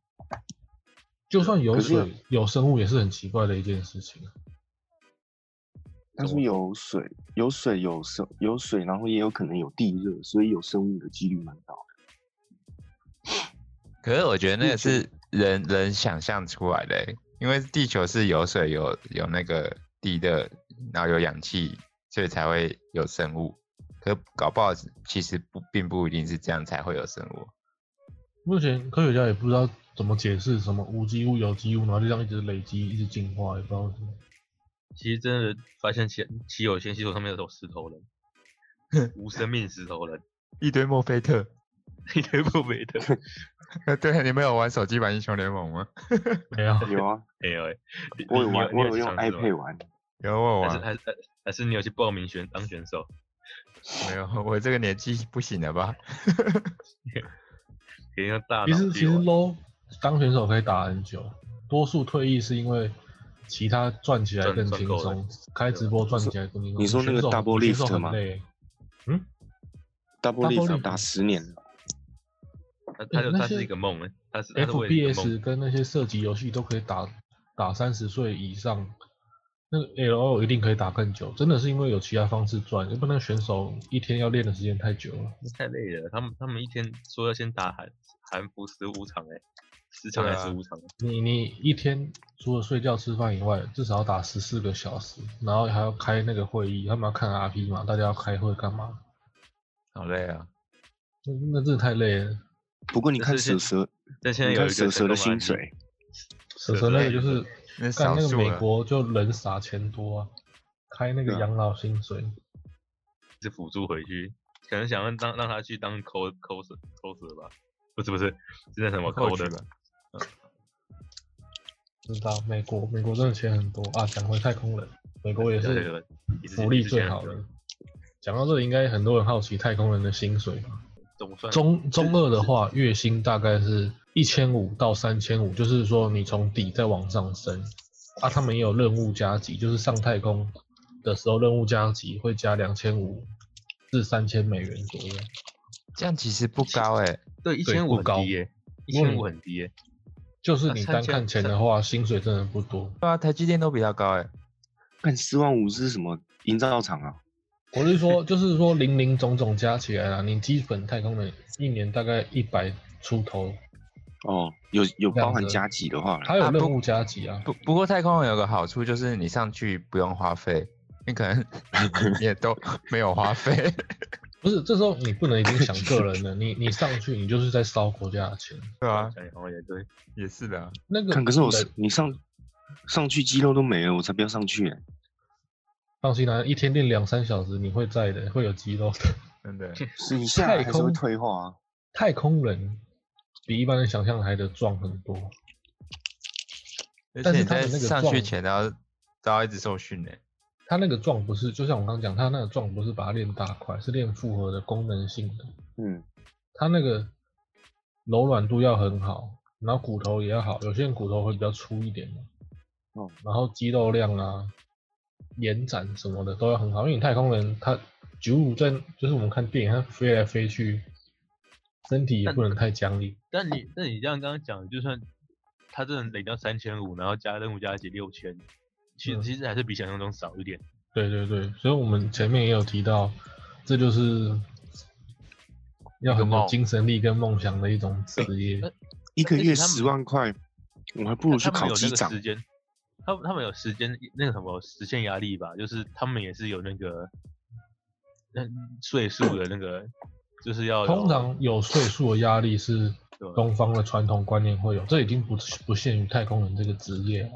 [SPEAKER 1] 就算有
[SPEAKER 2] 可是
[SPEAKER 1] 水有生物，也是很奇怪的一件事情。
[SPEAKER 2] 但是有水，有水有生有水，然后也有可能有地热，所以有生物的几率蛮高。
[SPEAKER 3] 可是我觉得那
[SPEAKER 2] 地
[SPEAKER 3] 个
[SPEAKER 2] 球
[SPEAKER 3] 是人人想象出来的欸、因为地球是有水有有那个地热，然后有氧气，所以才会有生物。可搞不好其实不并不一定是这样才会有生物。
[SPEAKER 1] 目前科学家也不知道怎么解释什么无机物、有机物，然后就这样一直累积、一直进化，也不知道为什么。
[SPEAKER 4] 其实真的发现奇奇有仙星球上面有石头人，无生命石头人，
[SPEAKER 3] 一堆墨菲特，
[SPEAKER 4] 一堆不 没的。
[SPEAKER 3] 对，你们有玩手机版英雄联盟吗？
[SPEAKER 1] 没 有，
[SPEAKER 2] 有啊，
[SPEAKER 4] 没有哎，你
[SPEAKER 2] 我有
[SPEAKER 4] 你你
[SPEAKER 2] 玩，
[SPEAKER 4] 你
[SPEAKER 2] 我有
[SPEAKER 4] 去
[SPEAKER 2] 用
[SPEAKER 4] 尝试吗
[SPEAKER 2] iPad 玩。
[SPEAKER 3] 有我
[SPEAKER 4] 还
[SPEAKER 3] 玩，
[SPEAKER 4] 是还是还是还是你有去报名选当选手？
[SPEAKER 3] 没有，我这个年纪不行了吧？
[SPEAKER 4] 可以用大脑
[SPEAKER 1] 其实其
[SPEAKER 4] 去
[SPEAKER 1] 实
[SPEAKER 4] 玩
[SPEAKER 1] low 当选手可以打很久，多数退役是因为其他赚起来
[SPEAKER 4] 赚
[SPEAKER 1] 更
[SPEAKER 4] 赚
[SPEAKER 1] 轻
[SPEAKER 4] 够了
[SPEAKER 1] 松，开直播赚起来更轻松。
[SPEAKER 2] 你说那个
[SPEAKER 1] 选手
[SPEAKER 2] double
[SPEAKER 1] 选手
[SPEAKER 2] lift
[SPEAKER 1] 很
[SPEAKER 2] 吗
[SPEAKER 1] 累
[SPEAKER 2] Double
[SPEAKER 1] Double
[SPEAKER 2] Leaf
[SPEAKER 1] Leaf
[SPEAKER 2] 打十年了，
[SPEAKER 4] 他他就
[SPEAKER 1] 那
[SPEAKER 4] 他是
[SPEAKER 1] 些
[SPEAKER 4] 一个梦哎，他是他是为了一个梦
[SPEAKER 1] FPS 跟那些射击游戏都可以打打三十岁以上，那个 LO 一定可以打更久，真的是因为有其他方式赚，要不然选手一天要练的时间太久了。
[SPEAKER 4] 太累了。他们他们一天说要先打韩韩服十五场哎，十场还是
[SPEAKER 3] 对啊
[SPEAKER 4] 十五场？
[SPEAKER 1] 你你一天除了睡觉吃饭以外，至少要打十四个小时，然后还要开那个会议，他们要看 RP 嘛，大家要开会干嘛？
[SPEAKER 3] 好累啊！
[SPEAKER 1] 那那真的太累了。
[SPEAKER 2] 不过你看
[SPEAKER 4] 但是
[SPEAKER 2] 蛇
[SPEAKER 4] 现
[SPEAKER 2] 蛇，
[SPEAKER 4] 但现在
[SPEAKER 2] 你
[SPEAKER 4] 有
[SPEAKER 2] 看
[SPEAKER 4] 一个
[SPEAKER 2] 蛇蛇
[SPEAKER 4] 成
[SPEAKER 2] 的
[SPEAKER 4] 功案
[SPEAKER 2] 薪
[SPEAKER 4] 例
[SPEAKER 2] 水，
[SPEAKER 1] 蛇蛇那个就是
[SPEAKER 3] 那
[SPEAKER 1] 干
[SPEAKER 3] 少
[SPEAKER 1] 那个
[SPEAKER 3] 数
[SPEAKER 1] 美
[SPEAKER 3] 了，
[SPEAKER 1] 国就人傻钱多啊，开那
[SPEAKER 2] 对
[SPEAKER 1] 个
[SPEAKER 2] 啊
[SPEAKER 1] 养老薪水，
[SPEAKER 4] 是辅助回去，可能想让让让他去当抠抠蛇抠蛇吧？不是不是，是那什么抠
[SPEAKER 3] 扣取
[SPEAKER 4] 的
[SPEAKER 3] 吧。
[SPEAKER 1] 知道美国美国真的钱很多啊。讲回太空人，美国也
[SPEAKER 4] 对对
[SPEAKER 1] 是
[SPEAKER 4] 对，也是
[SPEAKER 1] 福利最好的。讲到这里，应该很多人好奇太空人的薪水吧？
[SPEAKER 4] 总算
[SPEAKER 1] 中中二的话，月薪大概是一千五到三千五，就是说你从底再往上升。啊，他们也有任务加急，就是上太空的时候任务加急会加两千五至三千美元左右。
[SPEAKER 3] 这样其实不高哎、
[SPEAKER 4] 对一
[SPEAKER 1] 对
[SPEAKER 4] 千
[SPEAKER 1] 不
[SPEAKER 4] 五很
[SPEAKER 1] 高
[SPEAKER 4] 低耶，一
[SPEAKER 1] 嗯
[SPEAKER 4] 千五很低耶。
[SPEAKER 1] 就是
[SPEAKER 4] 啊
[SPEAKER 1] 你
[SPEAKER 4] 三
[SPEAKER 1] 单
[SPEAKER 4] 千
[SPEAKER 1] 看钱
[SPEAKER 4] 三
[SPEAKER 1] 的话，薪水真的不多。
[SPEAKER 3] 欸对啊，台积电都比较高哎、
[SPEAKER 2] 看四万五是什么营造厂啊？
[SPEAKER 1] 我是说， 就是说零零总总加起来啦，你基本太空人一年大概一百出头，
[SPEAKER 2] 哦，有有包
[SPEAKER 1] 两
[SPEAKER 2] 含
[SPEAKER 1] 个
[SPEAKER 2] 加急的话啦，
[SPEAKER 1] 还有
[SPEAKER 3] 啊不
[SPEAKER 1] 任务加急啊，
[SPEAKER 3] 不不过太空人有个好处就是你上去不用花费，你可 能你也都没有花费。
[SPEAKER 1] 不是，这时候你不能已经想个人了，你你上去你就是在烧国家的钱，
[SPEAKER 3] 对啊，
[SPEAKER 4] 想想也对，
[SPEAKER 3] 也是的啊。
[SPEAKER 1] 那个
[SPEAKER 2] 看，可是我
[SPEAKER 1] 人
[SPEAKER 2] 是你上上去肌肉都没了，我才不要上去、欸。
[SPEAKER 1] 放心啦，一天练两三小时，你会在的，会有肌肉的。
[SPEAKER 3] 真的，
[SPEAKER 2] 是你下来还是
[SPEAKER 1] 太空
[SPEAKER 2] 会退化啊？
[SPEAKER 1] 太空人比一般人想象来的壮很多，
[SPEAKER 3] 而
[SPEAKER 1] 但
[SPEAKER 3] 且
[SPEAKER 1] 是
[SPEAKER 3] 你
[SPEAKER 1] 他
[SPEAKER 3] 在
[SPEAKER 1] 们那个
[SPEAKER 3] 上去
[SPEAKER 1] 撞
[SPEAKER 3] 前都要都要一直受训欸呢。
[SPEAKER 1] 他那个壮不是，就像我刚刚讲，他那个壮不是把它练大块，是练复合的功能性的，
[SPEAKER 2] 嗯，
[SPEAKER 1] 他那个柔软度要很好，然后骨头也要好，有些人骨头会比较粗一点嘛，
[SPEAKER 2] 哦，
[SPEAKER 1] 然后肌肉量啊、延展什么的都要很好，因为你太空人他九五在就是我们看电影，他飞来飞去，身体也不能太僵硬，
[SPEAKER 4] 但你但你这样刚刚讲，就算他真的累到三千五，然后加任务加起六千，其实
[SPEAKER 1] 嗯
[SPEAKER 4] 其实还是比想象中少一点。
[SPEAKER 1] 对对对，所以我们前面也有提到，这就是要很有
[SPEAKER 3] 梦
[SPEAKER 1] 精神力跟梦想的一种职业。
[SPEAKER 2] 一个
[SPEAKER 4] 而且
[SPEAKER 2] 月
[SPEAKER 4] 他们
[SPEAKER 2] 十万块，我还不如去
[SPEAKER 4] 他们
[SPEAKER 2] 考
[SPEAKER 4] 有
[SPEAKER 2] 机
[SPEAKER 4] 那个
[SPEAKER 2] 长
[SPEAKER 4] 时。间，他们他们有时间那个什么实现压力吧，就是他们也是有那个那岁数的那个，就是要有
[SPEAKER 1] 通常有岁数的压力是
[SPEAKER 4] 对吧
[SPEAKER 1] 东方的传统观念会有，这已经不不限于太空人这个职业了。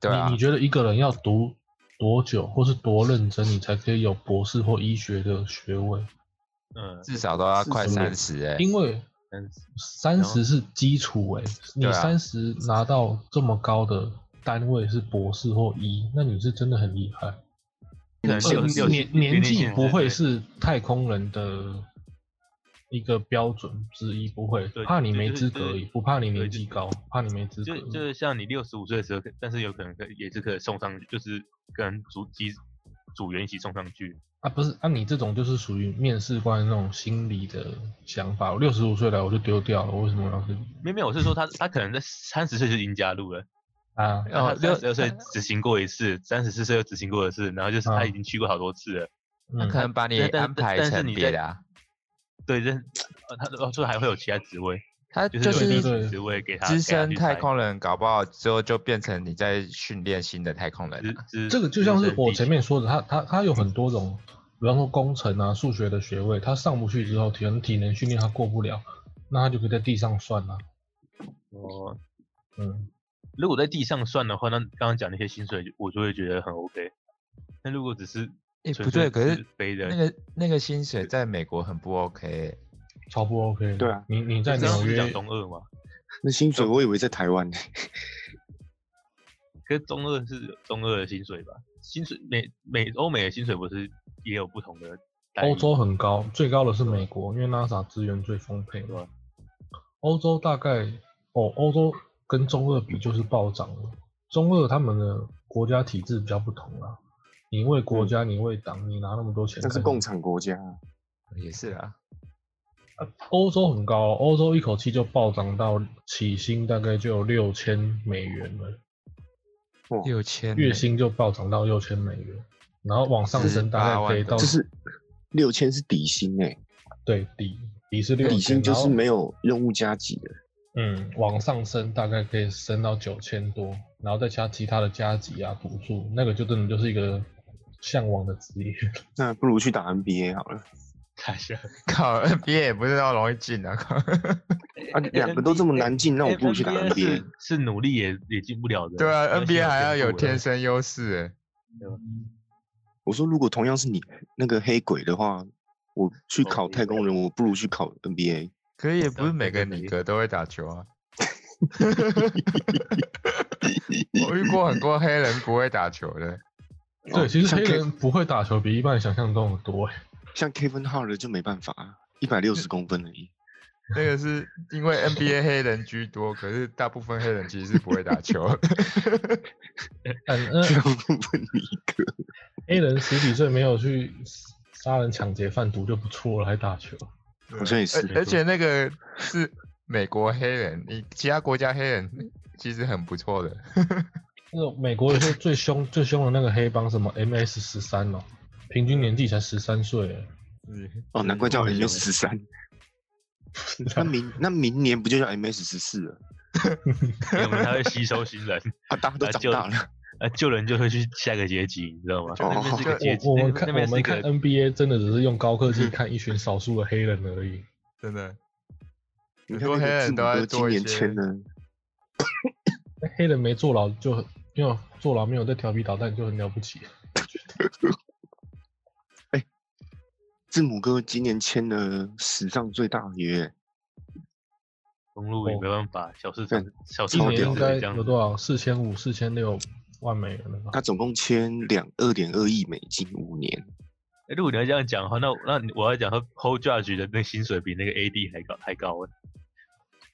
[SPEAKER 3] 对啊
[SPEAKER 1] 你你，觉得一个人要读多久，或是多认真，你才可以有博士或医学的学位？
[SPEAKER 4] 嗯，
[SPEAKER 3] 至少都要快
[SPEAKER 2] 40
[SPEAKER 3] 三十哎。
[SPEAKER 1] 因为
[SPEAKER 4] 但是
[SPEAKER 1] 三十是基础诶、你
[SPEAKER 3] 对啊
[SPEAKER 1] 三十拿到这么高的单位是博士或医，那你是真的很厉害。
[SPEAKER 4] 可能
[SPEAKER 2] 限
[SPEAKER 4] 六
[SPEAKER 2] 制
[SPEAKER 4] 六
[SPEAKER 1] 年年纪不会
[SPEAKER 4] 对
[SPEAKER 1] 是太空人的一个标准之一，不会
[SPEAKER 4] 对
[SPEAKER 1] 怕你没
[SPEAKER 4] 就是
[SPEAKER 1] 资格而已，
[SPEAKER 4] 就是
[SPEAKER 1] 不怕你年
[SPEAKER 4] 对
[SPEAKER 1] 纪
[SPEAKER 4] 就
[SPEAKER 1] 高，怕你没资格
[SPEAKER 4] 就。就是像你六十五岁的时候，但是有可能可以也是可以送上去，就是跟组机组员一起送上去。
[SPEAKER 1] 啊，不是啊，你这种就是属于面试官那种心理的想法。我六十五岁了，我就丢掉了，我为什么要是
[SPEAKER 4] 没有没有，我是说他他可能在三十岁就已经加入了，
[SPEAKER 1] 啊？
[SPEAKER 4] 然后
[SPEAKER 3] 哦六
[SPEAKER 4] 六十六岁执行过一次，三十四岁又执行过一次，然后
[SPEAKER 1] 啊
[SPEAKER 4] 就是他已经去过好多次了。
[SPEAKER 3] 他
[SPEAKER 1] 嗯
[SPEAKER 3] 可，能把你
[SPEAKER 4] 但但
[SPEAKER 3] 安排
[SPEAKER 4] 但是
[SPEAKER 3] 成
[SPEAKER 4] 你
[SPEAKER 3] 别
[SPEAKER 4] 在
[SPEAKER 3] 的啊。
[SPEAKER 4] 对，这呃他哦，所以还会有其他职位，
[SPEAKER 3] 他
[SPEAKER 4] 就是
[SPEAKER 3] 就
[SPEAKER 4] 有
[SPEAKER 1] 对对
[SPEAKER 4] 一
[SPEAKER 3] 是
[SPEAKER 4] 个职位给他
[SPEAKER 3] 资
[SPEAKER 4] 给他
[SPEAKER 3] 深
[SPEAKER 4] 去
[SPEAKER 3] 太
[SPEAKER 4] 猜
[SPEAKER 3] 空人，搞不好之后就变成你在训练新的太空人
[SPEAKER 4] 资
[SPEAKER 3] 啊。
[SPEAKER 4] 资
[SPEAKER 1] 这个就
[SPEAKER 4] 资
[SPEAKER 1] 像是
[SPEAKER 4] 深
[SPEAKER 1] 我
[SPEAKER 4] 地
[SPEAKER 1] 前
[SPEAKER 4] 勤
[SPEAKER 1] 面说的，他他他有很多种，比方说工程啊、数学的学位，他上不去之后，体能体能训练他过不了，那他就可以在地上算了、
[SPEAKER 4] 哦，
[SPEAKER 1] 嗯。
[SPEAKER 4] 如果在地上算的话，那刚刚讲那些薪水就，我就会觉得很 OK。那如果只是
[SPEAKER 3] 哎，
[SPEAKER 4] 纯
[SPEAKER 3] 不对，
[SPEAKER 4] 粹
[SPEAKER 3] 可是
[SPEAKER 4] 飞的
[SPEAKER 3] 那个那个薪水在美国很不 OK 欸。
[SPEAKER 1] 超不 OK 的。
[SPEAKER 2] 对啊
[SPEAKER 1] 你你在
[SPEAKER 4] 你刚刚
[SPEAKER 1] 纽
[SPEAKER 4] 不是讲
[SPEAKER 1] 约，
[SPEAKER 4] 中二嘛？
[SPEAKER 2] 那薪
[SPEAKER 4] 呃
[SPEAKER 2] 水我以为在台湾呢、
[SPEAKER 4] 可是中二是有中二的薪水吧？薪水美美欧美的薪水不是也有不同的待遇？
[SPEAKER 1] 欧洲很高，最高的是美国，因为 NASA 资源最丰沛
[SPEAKER 4] 对
[SPEAKER 1] 嘛
[SPEAKER 4] 吧。
[SPEAKER 1] 欧洲大概哦，欧洲跟中二比就是暴涨了。中二他们的国家体制比较不同啦，你为国家，你为党，你拿那么多钱干
[SPEAKER 2] 嗯那
[SPEAKER 1] 什么，
[SPEAKER 2] 是共产国家啊，
[SPEAKER 3] 也是啊，
[SPEAKER 1] 啊欧洲很高，欧洲一口气就暴涨到起薪大概就有六千美元了，
[SPEAKER 3] 六
[SPEAKER 2] 嗯
[SPEAKER 3] 千
[SPEAKER 1] 月
[SPEAKER 3] 美
[SPEAKER 1] 薪就暴涨到六千美元，然后往上升大
[SPEAKER 3] 18
[SPEAKER 1] 概
[SPEAKER 3] 万
[SPEAKER 1] 可以到
[SPEAKER 2] 这是六千是底薪哎、
[SPEAKER 1] 对底底是六
[SPEAKER 2] 底
[SPEAKER 1] 千，
[SPEAKER 2] 薪就
[SPEAKER 1] 然
[SPEAKER 2] 是
[SPEAKER 1] 后
[SPEAKER 2] 没有任务加急的。
[SPEAKER 1] 嗯，往上升大概可以升到九千多，然后再加其他的加急啊、补助，那个就真的就是一个向往的职业。
[SPEAKER 2] 那不如去打 NBA 好了。
[SPEAKER 4] 太像
[SPEAKER 3] 靠 NBA 也不是那么容易进啊，靠
[SPEAKER 4] 哎
[SPEAKER 2] 啊，两个都这么难进，那我不如去打
[SPEAKER 4] NBA
[SPEAKER 2] NBA。
[SPEAKER 4] 是是努力也也进不了的。
[SPEAKER 3] 对啊
[SPEAKER 4] 要先
[SPEAKER 3] ，NBA 还要有
[SPEAKER 4] 天赋的
[SPEAKER 3] 天生优势欸
[SPEAKER 2] 我说，如果同样是你那个黑鬼的话，我去
[SPEAKER 4] 哦
[SPEAKER 2] 考
[SPEAKER 4] 黑
[SPEAKER 2] 太空
[SPEAKER 4] 鬼
[SPEAKER 2] 人，我不如去考 NBA。
[SPEAKER 3] 欸，可是也不
[SPEAKER 4] 对啊
[SPEAKER 3] 是每
[SPEAKER 4] 对
[SPEAKER 3] 个
[SPEAKER 4] 对
[SPEAKER 3] 女
[SPEAKER 4] 对
[SPEAKER 3] 格都会打球啊。我遇过很多黑人不会打球的，
[SPEAKER 1] 对，其实
[SPEAKER 2] 哦像
[SPEAKER 1] 黑
[SPEAKER 2] K-
[SPEAKER 1] 人不会打球比一般人想象中的多欸。
[SPEAKER 2] 像 Kevin Hart 就没办法，啊一百六十公分而已。
[SPEAKER 3] 那个是因为 NBA 黑人居多，可是大部分黑人其实是不会打球。
[SPEAKER 1] 但那
[SPEAKER 2] 就问你一个，
[SPEAKER 1] 黑人十几岁没有去杀人、抢劫、贩毒就不错了，还打球。
[SPEAKER 2] 好像也是
[SPEAKER 3] 而而且那个是美国黑人，你其他国家黑人其实很不错的。
[SPEAKER 1] 那个美国有些最凶、最凶的那个黑帮，什么 MS 十三哦，平均年纪才十三岁 欸，
[SPEAKER 4] 嗯，
[SPEAKER 2] 哦，难怪叫
[SPEAKER 1] 嗯
[SPEAKER 2] MS 十三。那明那明年不就叫 MS 十四了？
[SPEAKER 4] 因为它会吸收新人，
[SPEAKER 2] 啊，大家都
[SPEAKER 4] 啊
[SPEAKER 2] 长
[SPEAKER 4] 就
[SPEAKER 2] 大了，
[SPEAKER 4] 啊，救人就会去下个阶级，你知道吗？
[SPEAKER 2] 哦
[SPEAKER 4] 那边是一个阶级，
[SPEAKER 1] 我我
[SPEAKER 4] 那
[SPEAKER 1] 们看我
[SPEAKER 4] 边那边是一
[SPEAKER 1] 们看
[SPEAKER 4] 个
[SPEAKER 1] NBA 真的只是用高科技看一群少数的黑人而已。
[SPEAKER 3] 真的，
[SPEAKER 2] 你
[SPEAKER 3] 很
[SPEAKER 2] 看
[SPEAKER 3] 多
[SPEAKER 2] 那
[SPEAKER 3] 黑
[SPEAKER 2] 个字
[SPEAKER 3] 人
[SPEAKER 2] 母
[SPEAKER 3] 都在
[SPEAKER 2] 哥
[SPEAKER 3] 做
[SPEAKER 2] 今
[SPEAKER 3] 一
[SPEAKER 2] 年
[SPEAKER 3] 些
[SPEAKER 2] 签，的，
[SPEAKER 1] 那黑人没坐牢就很没有坐牢，没有在调皮捣蛋就很了不起。
[SPEAKER 2] 字母哥今年签了史上最大约，
[SPEAKER 4] 公路也没办法，小市场
[SPEAKER 2] 哦对
[SPEAKER 4] 小市
[SPEAKER 1] 一
[SPEAKER 4] 场
[SPEAKER 1] 年
[SPEAKER 4] 就
[SPEAKER 1] 应
[SPEAKER 4] 是
[SPEAKER 1] 该
[SPEAKER 4] 这样
[SPEAKER 1] 有
[SPEAKER 4] 子。
[SPEAKER 1] 多少？四千五、四千六万美元了吧？
[SPEAKER 2] 他总共签两二点二亿美金五年。
[SPEAKER 4] 哎如果你要这样讲的话，那那你我要讲说 p o l Judge 的那薪水比那个 AD 还高还高欸。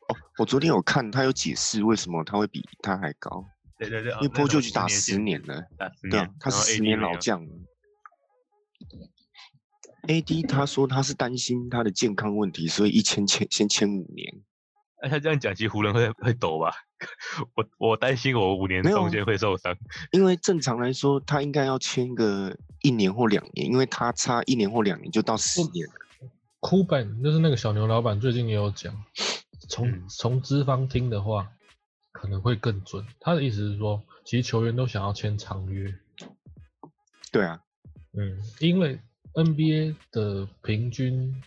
[SPEAKER 2] 哦，我昨天有看他有解释为什么他会比他还高，
[SPEAKER 4] 对对对，哦
[SPEAKER 2] 因为 p o
[SPEAKER 4] 就
[SPEAKER 2] j 打十年了，
[SPEAKER 4] 打十
[SPEAKER 2] 对
[SPEAKER 4] 年
[SPEAKER 2] 啊，，他
[SPEAKER 4] 嗯然后
[SPEAKER 2] 是十
[SPEAKER 4] AD
[SPEAKER 2] 年
[SPEAKER 4] 没
[SPEAKER 2] 老
[SPEAKER 4] 有
[SPEAKER 2] 将了。AD 他说他是担心他的健康问题，所以一签签先签五年。
[SPEAKER 4] 那哎他这样讲，其实湖人会会抖吧？我我担心我五年
[SPEAKER 2] 没有
[SPEAKER 4] 中
[SPEAKER 2] 啊
[SPEAKER 4] 间会受伤。
[SPEAKER 2] 因为正常来说，他应该要签个一年或两年，因为他差一年或两年就到十
[SPEAKER 1] 嗯
[SPEAKER 2] 年了。
[SPEAKER 1] 库本就是那个小牛老板，最近也有讲，从
[SPEAKER 4] 嗯
[SPEAKER 1] 从资方听的话，可能会更准。他的意思是说，其实球员都想要签长约，
[SPEAKER 2] 对啊，
[SPEAKER 1] 嗯，因为 NBA 的平均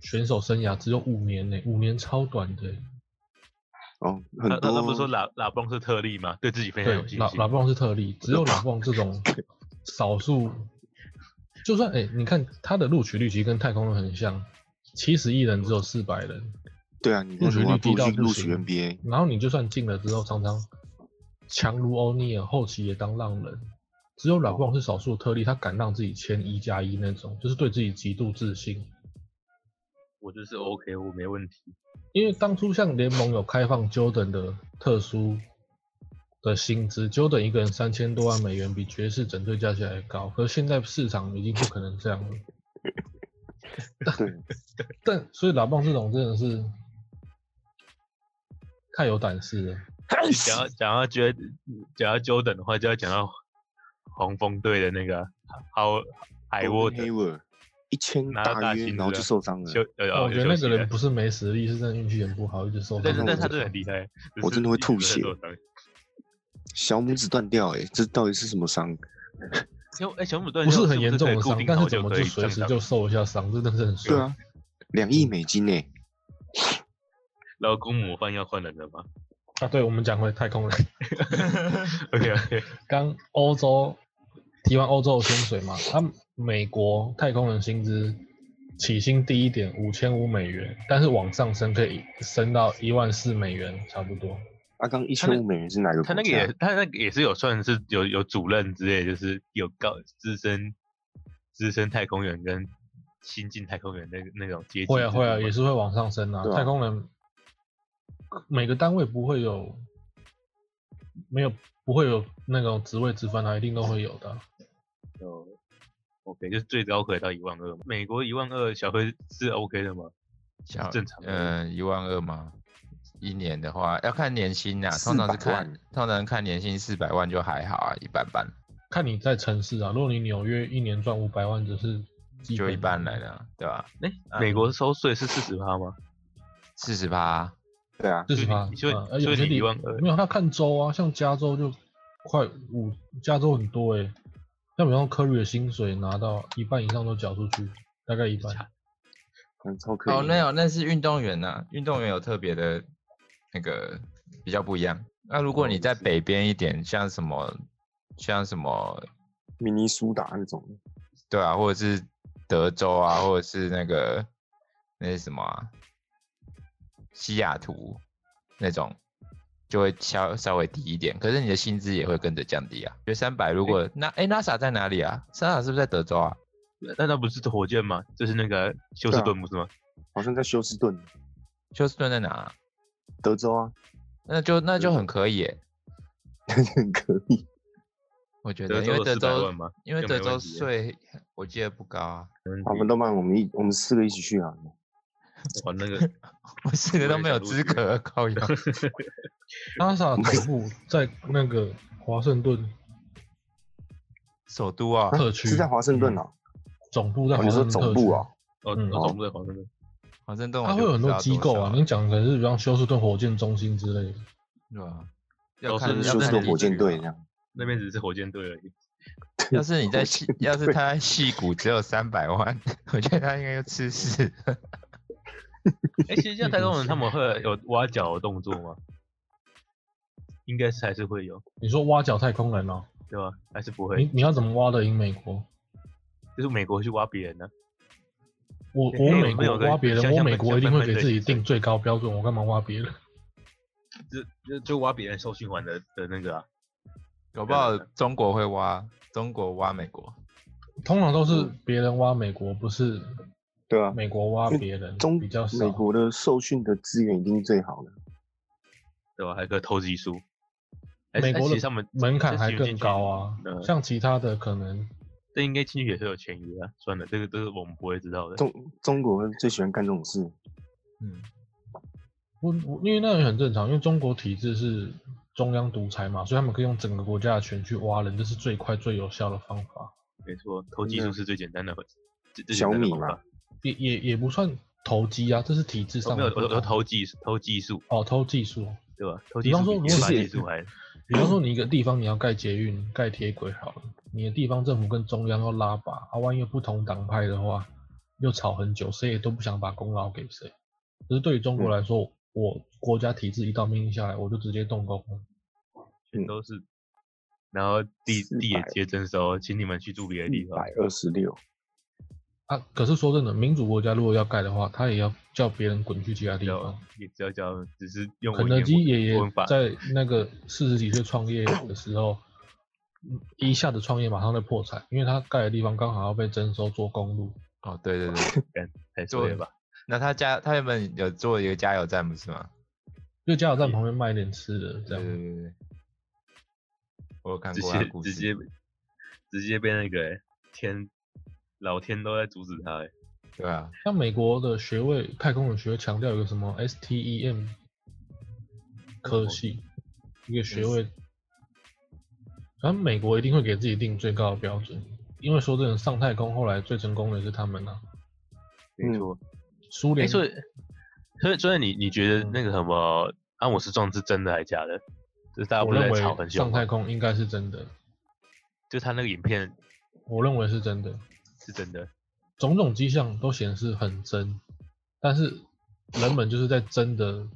[SPEAKER 1] 选手生涯只有五年呢、五年超短的欸、
[SPEAKER 2] 哦，很
[SPEAKER 4] 他他他不是说
[SPEAKER 2] 多
[SPEAKER 4] 拉拉布隆是特例吗？对自己非常有
[SPEAKER 1] 对，
[SPEAKER 4] 信
[SPEAKER 1] 老
[SPEAKER 4] 心
[SPEAKER 1] 老。布朗是特例，只有老布朗这 种少数，就算哎、你看他的录取率其实跟太空人很像，七十亿人只有四百人，
[SPEAKER 2] 对啊，你
[SPEAKER 1] 录
[SPEAKER 2] 为
[SPEAKER 1] 取
[SPEAKER 2] 什么
[SPEAKER 1] 率
[SPEAKER 2] 不
[SPEAKER 1] 低到
[SPEAKER 2] 去
[SPEAKER 1] 不
[SPEAKER 2] 录取
[SPEAKER 1] 行
[SPEAKER 2] NBA？
[SPEAKER 1] 然后你就算进了之后，常常强如欧尼尔，后期也当浪人。只有老布朗是少数的特例，他敢让自己签一加一那种，就是对自己极度自信。
[SPEAKER 4] 我就是 OK，我没问题。
[SPEAKER 1] 因为当初像联盟有开放 Jordan 的特殊的薪资，Jordan 一个人三千多万美元，比爵士整队加起来高。可是现在市场已经不可能这样了。
[SPEAKER 2] 对，
[SPEAKER 1] 但所以老棒这种真的是太有胆识了。
[SPEAKER 4] 你讲到讲到觉得讲到 Jordan 的话，就要讲到黄蜂队的那个好海沃德
[SPEAKER 2] 黑尔一签
[SPEAKER 4] 拿到大
[SPEAKER 2] 大约，
[SPEAKER 4] 薪
[SPEAKER 2] 然后
[SPEAKER 4] 资
[SPEAKER 2] 就
[SPEAKER 4] 啊
[SPEAKER 2] 受伤了。
[SPEAKER 4] 休呃呃
[SPEAKER 1] 哦我觉得那个
[SPEAKER 4] 休息
[SPEAKER 1] 人
[SPEAKER 4] 了
[SPEAKER 1] 不是没实力，是真的运气很不好，一直受伤。
[SPEAKER 4] 但是
[SPEAKER 2] 我
[SPEAKER 4] 但
[SPEAKER 2] 知
[SPEAKER 4] 是他真
[SPEAKER 2] 道
[SPEAKER 4] 的很厉害，只
[SPEAKER 2] 我
[SPEAKER 4] 是
[SPEAKER 2] 真的会
[SPEAKER 4] 一直
[SPEAKER 2] 吐
[SPEAKER 4] 在
[SPEAKER 2] 血
[SPEAKER 4] 受伤
[SPEAKER 2] 小拇指断掉、欸，哎，这到底是什么伤？
[SPEAKER 4] 因为哎，小母队
[SPEAKER 1] 不是很严重的
[SPEAKER 4] 固
[SPEAKER 1] 伤，
[SPEAKER 4] 定
[SPEAKER 1] 但
[SPEAKER 4] 好
[SPEAKER 1] 是怎
[SPEAKER 4] 久
[SPEAKER 1] 么
[SPEAKER 4] 可
[SPEAKER 1] 就
[SPEAKER 4] 以
[SPEAKER 1] 随
[SPEAKER 4] 上
[SPEAKER 1] 时
[SPEAKER 4] 场
[SPEAKER 1] 就受一下伤，真的是很衰
[SPEAKER 2] 对。啊，两亿美金呢、欸，
[SPEAKER 4] 然后公母饭要换人了吗
[SPEAKER 1] 啊，对，我们讲回太空人。
[SPEAKER 4] ？OK OK，
[SPEAKER 1] 刚欧洲提完欧洲的薪水嘛，他、美国太空人薪资起薪低一点，五千五美元，但是往上升可以升到一万四美元差不多。
[SPEAKER 2] 阿啊刚一
[SPEAKER 4] 他那
[SPEAKER 2] 千五美元是哪个国
[SPEAKER 4] 他
[SPEAKER 2] 家？
[SPEAKER 4] 那个也他那个也是有算是有有主任之类，就是有高资深资深太空员跟新进太空员那个那种阶级制度
[SPEAKER 1] 会
[SPEAKER 4] 嘛。
[SPEAKER 1] 啊会啊，也是会往上升啊。
[SPEAKER 2] 对啊
[SPEAKER 1] 太空人每个单位不会有没有不会有那种职位之分啊，一定都会有的啊。
[SPEAKER 4] 有 OK，就是最高可以到一万二嘛。美国一万二，小黑是 OK 的吗？
[SPEAKER 3] 小
[SPEAKER 4] 正常的
[SPEAKER 3] 呃一万二吗？一年的话要看年薪啊，通常是
[SPEAKER 2] 400
[SPEAKER 3] 看
[SPEAKER 2] 万
[SPEAKER 3] 通常看年薪四百万就还好啊，一般般，
[SPEAKER 1] 看你在城市啊，如果你纽约一年赚五百万，只是基
[SPEAKER 3] 就
[SPEAKER 1] 本
[SPEAKER 3] 一般来了，对吧？
[SPEAKER 4] 哎、
[SPEAKER 3] 啊
[SPEAKER 4] 美国收税是四十趴吗？
[SPEAKER 3] 四十趴，
[SPEAKER 2] 对啊，
[SPEAKER 1] 四十
[SPEAKER 4] 所以
[SPEAKER 1] 趴
[SPEAKER 4] 你，所以
[SPEAKER 1] 嗯呃
[SPEAKER 4] 所以
[SPEAKER 1] 有些
[SPEAKER 4] 你
[SPEAKER 1] 地
[SPEAKER 4] 一万二
[SPEAKER 1] 没有，他看州啊，像加州就快五，加州很多欸诶、像比方科瑞的薪水拿到一半以上都缴出去，大概一半。
[SPEAKER 2] 嗯，超可以。
[SPEAKER 3] 哦，那有那是运动员呐、运动员有特别的那个比较不一样。那如果你
[SPEAKER 2] 哦
[SPEAKER 3] 在
[SPEAKER 2] 是
[SPEAKER 3] 北边一点，像什么像什么
[SPEAKER 2] 明尼苏达那种，
[SPEAKER 3] 对啊，或者是德州啊，或者是那个那是什么、啊、西雅图那种，就会稍稍微低一点，可是你的薪资也会跟着降低啊。觉得三百如果、那哎、NASA 在哪里啊？NASA 是不是在德州啊？
[SPEAKER 4] 那那那不是火箭吗？就是那个休
[SPEAKER 2] 对
[SPEAKER 4] 斯
[SPEAKER 2] 啊
[SPEAKER 4] 顿不是吗？
[SPEAKER 2] 好像在休斯顿，
[SPEAKER 3] 休斯顿在哪啊？
[SPEAKER 2] 德州啊，
[SPEAKER 3] 那就那就
[SPEAKER 2] 德
[SPEAKER 3] 很可以耶、
[SPEAKER 2] 很可以。
[SPEAKER 3] 我觉
[SPEAKER 4] 德
[SPEAKER 3] 得，因为
[SPEAKER 4] 州
[SPEAKER 3] 德
[SPEAKER 4] 的400万
[SPEAKER 3] 州
[SPEAKER 4] 吗嗯
[SPEAKER 3] 因为
[SPEAKER 4] 就
[SPEAKER 3] 德
[SPEAKER 4] 没
[SPEAKER 3] 州
[SPEAKER 4] 问题耶
[SPEAKER 3] 税我记得不高 啊，
[SPEAKER 2] 好，
[SPEAKER 1] 嗯
[SPEAKER 2] 们动漫，我们一我们四个一起去啊。
[SPEAKER 4] 玩 那个
[SPEAKER 3] 我四个
[SPEAKER 4] 我
[SPEAKER 3] 都
[SPEAKER 4] 也
[SPEAKER 3] 没
[SPEAKER 4] 想
[SPEAKER 3] 有
[SPEAKER 4] 录
[SPEAKER 3] 资
[SPEAKER 4] 取
[SPEAKER 3] 格 靠腰。
[SPEAKER 1] NASA 总部在那个华盛顿，
[SPEAKER 3] 首都啊，
[SPEAKER 1] 特区
[SPEAKER 2] 是在华盛顿啊？
[SPEAKER 1] 总部在
[SPEAKER 2] 哦
[SPEAKER 1] 华
[SPEAKER 2] 你说
[SPEAKER 1] 盛顿
[SPEAKER 2] 总
[SPEAKER 1] 特
[SPEAKER 2] 部
[SPEAKER 1] 区，
[SPEAKER 2] 啊？
[SPEAKER 4] 哦，
[SPEAKER 1] 嗯
[SPEAKER 4] 总部在华盛顿，
[SPEAKER 3] 华盛顿我
[SPEAKER 1] 它会
[SPEAKER 3] 就
[SPEAKER 1] 有
[SPEAKER 3] 不
[SPEAKER 1] 很
[SPEAKER 3] 知
[SPEAKER 1] 多
[SPEAKER 3] 道
[SPEAKER 1] 机
[SPEAKER 3] 多
[SPEAKER 1] 构啊
[SPEAKER 3] 少，
[SPEAKER 1] 你讲可能是比方休斯顿火箭中心之类的。
[SPEAKER 3] 对啊吧？
[SPEAKER 4] 都
[SPEAKER 3] 要
[SPEAKER 4] 哦是
[SPEAKER 3] 看
[SPEAKER 4] 那
[SPEAKER 3] 要
[SPEAKER 2] 休斯
[SPEAKER 3] 看
[SPEAKER 2] 顿
[SPEAKER 3] 你
[SPEAKER 2] 火
[SPEAKER 3] 这
[SPEAKER 2] 箭
[SPEAKER 3] 个
[SPEAKER 2] 队这样，
[SPEAKER 4] 那边只是火箭队而 已。
[SPEAKER 3] 要是你在戏，要是
[SPEAKER 2] 对
[SPEAKER 3] 他在戏股只有三百万，我觉得他应该要吃屎。
[SPEAKER 4] 哎、其实像台中人他们会有挖角的动作吗？应该是还是会有，
[SPEAKER 1] 你说挖角太空人哦，
[SPEAKER 4] 对吧？还是不
[SPEAKER 1] 你
[SPEAKER 4] 会，
[SPEAKER 1] 你要怎么挖得赢美国？
[SPEAKER 4] 就是美国去挖别人呢、
[SPEAKER 1] 我
[SPEAKER 4] 欸
[SPEAKER 1] 我
[SPEAKER 4] 有
[SPEAKER 1] 美
[SPEAKER 4] 没有
[SPEAKER 1] 国
[SPEAKER 4] 个
[SPEAKER 1] 挖别人，
[SPEAKER 4] 像
[SPEAKER 1] 我
[SPEAKER 4] 像
[SPEAKER 1] 美
[SPEAKER 4] 分
[SPEAKER 1] 国
[SPEAKER 4] 像
[SPEAKER 1] 一定
[SPEAKER 4] 分
[SPEAKER 1] 会给
[SPEAKER 4] 分
[SPEAKER 1] 自己
[SPEAKER 4] 类
[SPEAKER 1] 定最高标准，我干嘛挖别人？
[SPEAKER 4] 就就就挖别人受训完的的那个啊，
[SPEAKER 3] 搞不好中国会挖，中国挖美国，
[SPEAKER 1] 通常都是
[SPEAKER 2] 嗯
[SPEAKER 1] 别人挖美国，不是
[SPEAKER 2] 对啊，
[SPEAKER 1] 美国挖别人，
[SPEAKER 2] 中
[SPEAKER 1] 比较少
[SPEAKER 2] 美。国的受训的资源一定是最好的。
[SPEAKER 4] 对吧？还有个投机书，哎
[SPEAKER 1] 美
[SPEAKER 4] 哎
[SPEAKER 1] 国
[SPEAKER 4] 其
[SPEAKER 1] 的
[SPEAKER 4] 实他们
[SPEAKER 1] 门槛
[SPEAKER 4] 这
[SPEAKER 1] 还
[SPEAKER 4] 进
[SPEAKER 1] 更
[SPEAKER 4] 进去
[SPEAKER 1] 高啊，
[SPEAKER 4] 嗯
[SPEAKER 1] 像其他的可能
[SPEAKER 4] 这应该进去也是有签约啊。算了，这个这个我们不会知道的。
[SPEAKER 2] 中中国最喜欢干这种事，
[SPEAKER 3] 嗯，
[SPEAKER 1] 我我因为那也很正常，因为中国体制是中央独裁嘛，所以他们可以用整个国家的权去挖人，这是最快最有效的方法，
[SPEAKER 4] 没错，投机
[SPEAKER 2] 真的
[SPEAKER 4] 术是最简单的，最最
[SPEAKER 2] 小
[SPEAKER 4] 简单的
[SPEAKER 2] 米
[SPEAKER 4] 方
[SPEAKER 2] 嘛
[SPEAKER 4] 法。
[SPEAKER 1] 也也也不算投机啊，这是体制
[SPEAKER 4] 我
[SPEAKER 1] 上
[SPEAKER 4] 哦没
[SPEAKER 1] 的
[SPEAKER 4] 有，
[SPEAKER 1] 不
[SPEAKER 4] 我
[SPEAKER 1] 同。
[SPEAKER 4] 我投技投技术，
[SPEAKER 1] 哦偷技术，
[SPEAKER 4] 对吧？投
[SPEAKER 1] 比
[SPEAKER 4] 技
[SPEAKER 1] 方
[SPEAKER 4] 术
[SPEAKER 1] 说
[SPEAKER 4] 比
[SPEAKER 1] 如
[SPEAKER 4] 研
[SPEAKER 1] 果
[SPEAKER 4] 发
[SPEAKER 2] 是
[SPEAKER 4] 技术 还
[SPEAKER 1] 比方说你一个地方你要盖捷运、盖铁轨好了，你的地方政府跟中央要拉拔，啊，万一又不同党派的话，又吵很久，谁也都不想把功劳给谁。可是对于中
[SPEAKER 4] 嗯
[SPEAKER 1] 国来说，我国家体制一道命令下来，我就直接动工了。
[SPEAKER 4] 全都是，然后地
[SPEAKER 2] 400
[SPEAKER 4] 地也接征收，请你们去住别的地
[SPEAKER 2] 一
[SPEAKER 4] 方
[SPEAKER 2] 百。二十六，
[SPEAKER 1] 啊，可是说真的，民主国家如果要盖的话，他也要叫别人滚去其他地
[SPEAKER 4] 只要
[SPEAKER 1] 方。
[SPEAKER 4] 也只要叫，只是用
[SPEAKER 1] 肯
[SPEAKER 4] 文
[SPEAKER 1] 德
[SPEAKER 4] 言
[SPEAKER 1] 基
[SPEAKER 4] 文
[SPEAKER 1] 爷爷
[SPEAKER 4] 文法，
[SPEAKER 1] 在那个四十几岁创业的时候，嗯一下子创业马上就破产，因为他盖的地方刚好要被征收做公路。
[SPEAKER 3] 哦，对对对，
[SPEAKER 4] 才说
[SPEAKER 3] 做
[SPEAKER 4] 的吧？
[SPEAKER 3] 那他加他原本有做一个加油站不是吗？
[SPEAKER 1] 就加油站旁边卖点吃的，这
[SPEAKER 3] 对对
[SPEAKER 1] 样
[SPEAKER 3] 对对，我有看
[SPEAKER 4] 直
[SPEAKER 1] 啊
[SPEAKER 3] 过他
[SPEAKER 4] 接
[SPEAKER 3] 的故
[SPEAKER 4] 直
[SPEAKER 3] 事，
[SPEAKER 4] 接直接被那个欸天老天都在阻止他欸，
[SPEAKER 3] 对啊，
[SPEAKER 1] 像美国的学位，太空人学位强调有个什么 STEM 科系，一个学位，反正美国一定会给自己定最高的标准，因为说真的，上太空后来最成功的是他们啊，
[SPEAKER 4] 没
[SPEAKER 2] 嗯
[SPEAKER 4] 错。
[SPEAKER 1] 苏
[SPEAKER 4] 哎，
[SPEAKER 1] 联
[SPEAKER 4] 所以所以所以你你觉得
[SPEAKER 1] 嗯
[SPEAKER 4] 那个什么阿姆斯壮是真的还是假的？就是大家
[SPEAKER 1] 我
[SPEAKER 4] 不是
[SPEAKER 1] 认
[SPEAKER 4] 在吵
[SPEAKER 1] 为
[SPEAKER 4] 很凶
[SPEAKER 1] 上
[SPEAKER 4] 吗，
[SPEAKER 1] 太空应该是真的，
[SPEAKER 4] 就他那个影片
[SPEAKER 1] 我认为是真的，
[SPEAKER 4] 是真的。
[SPEAKER 1] 种种迹象都显示很真，但是人们就是在真的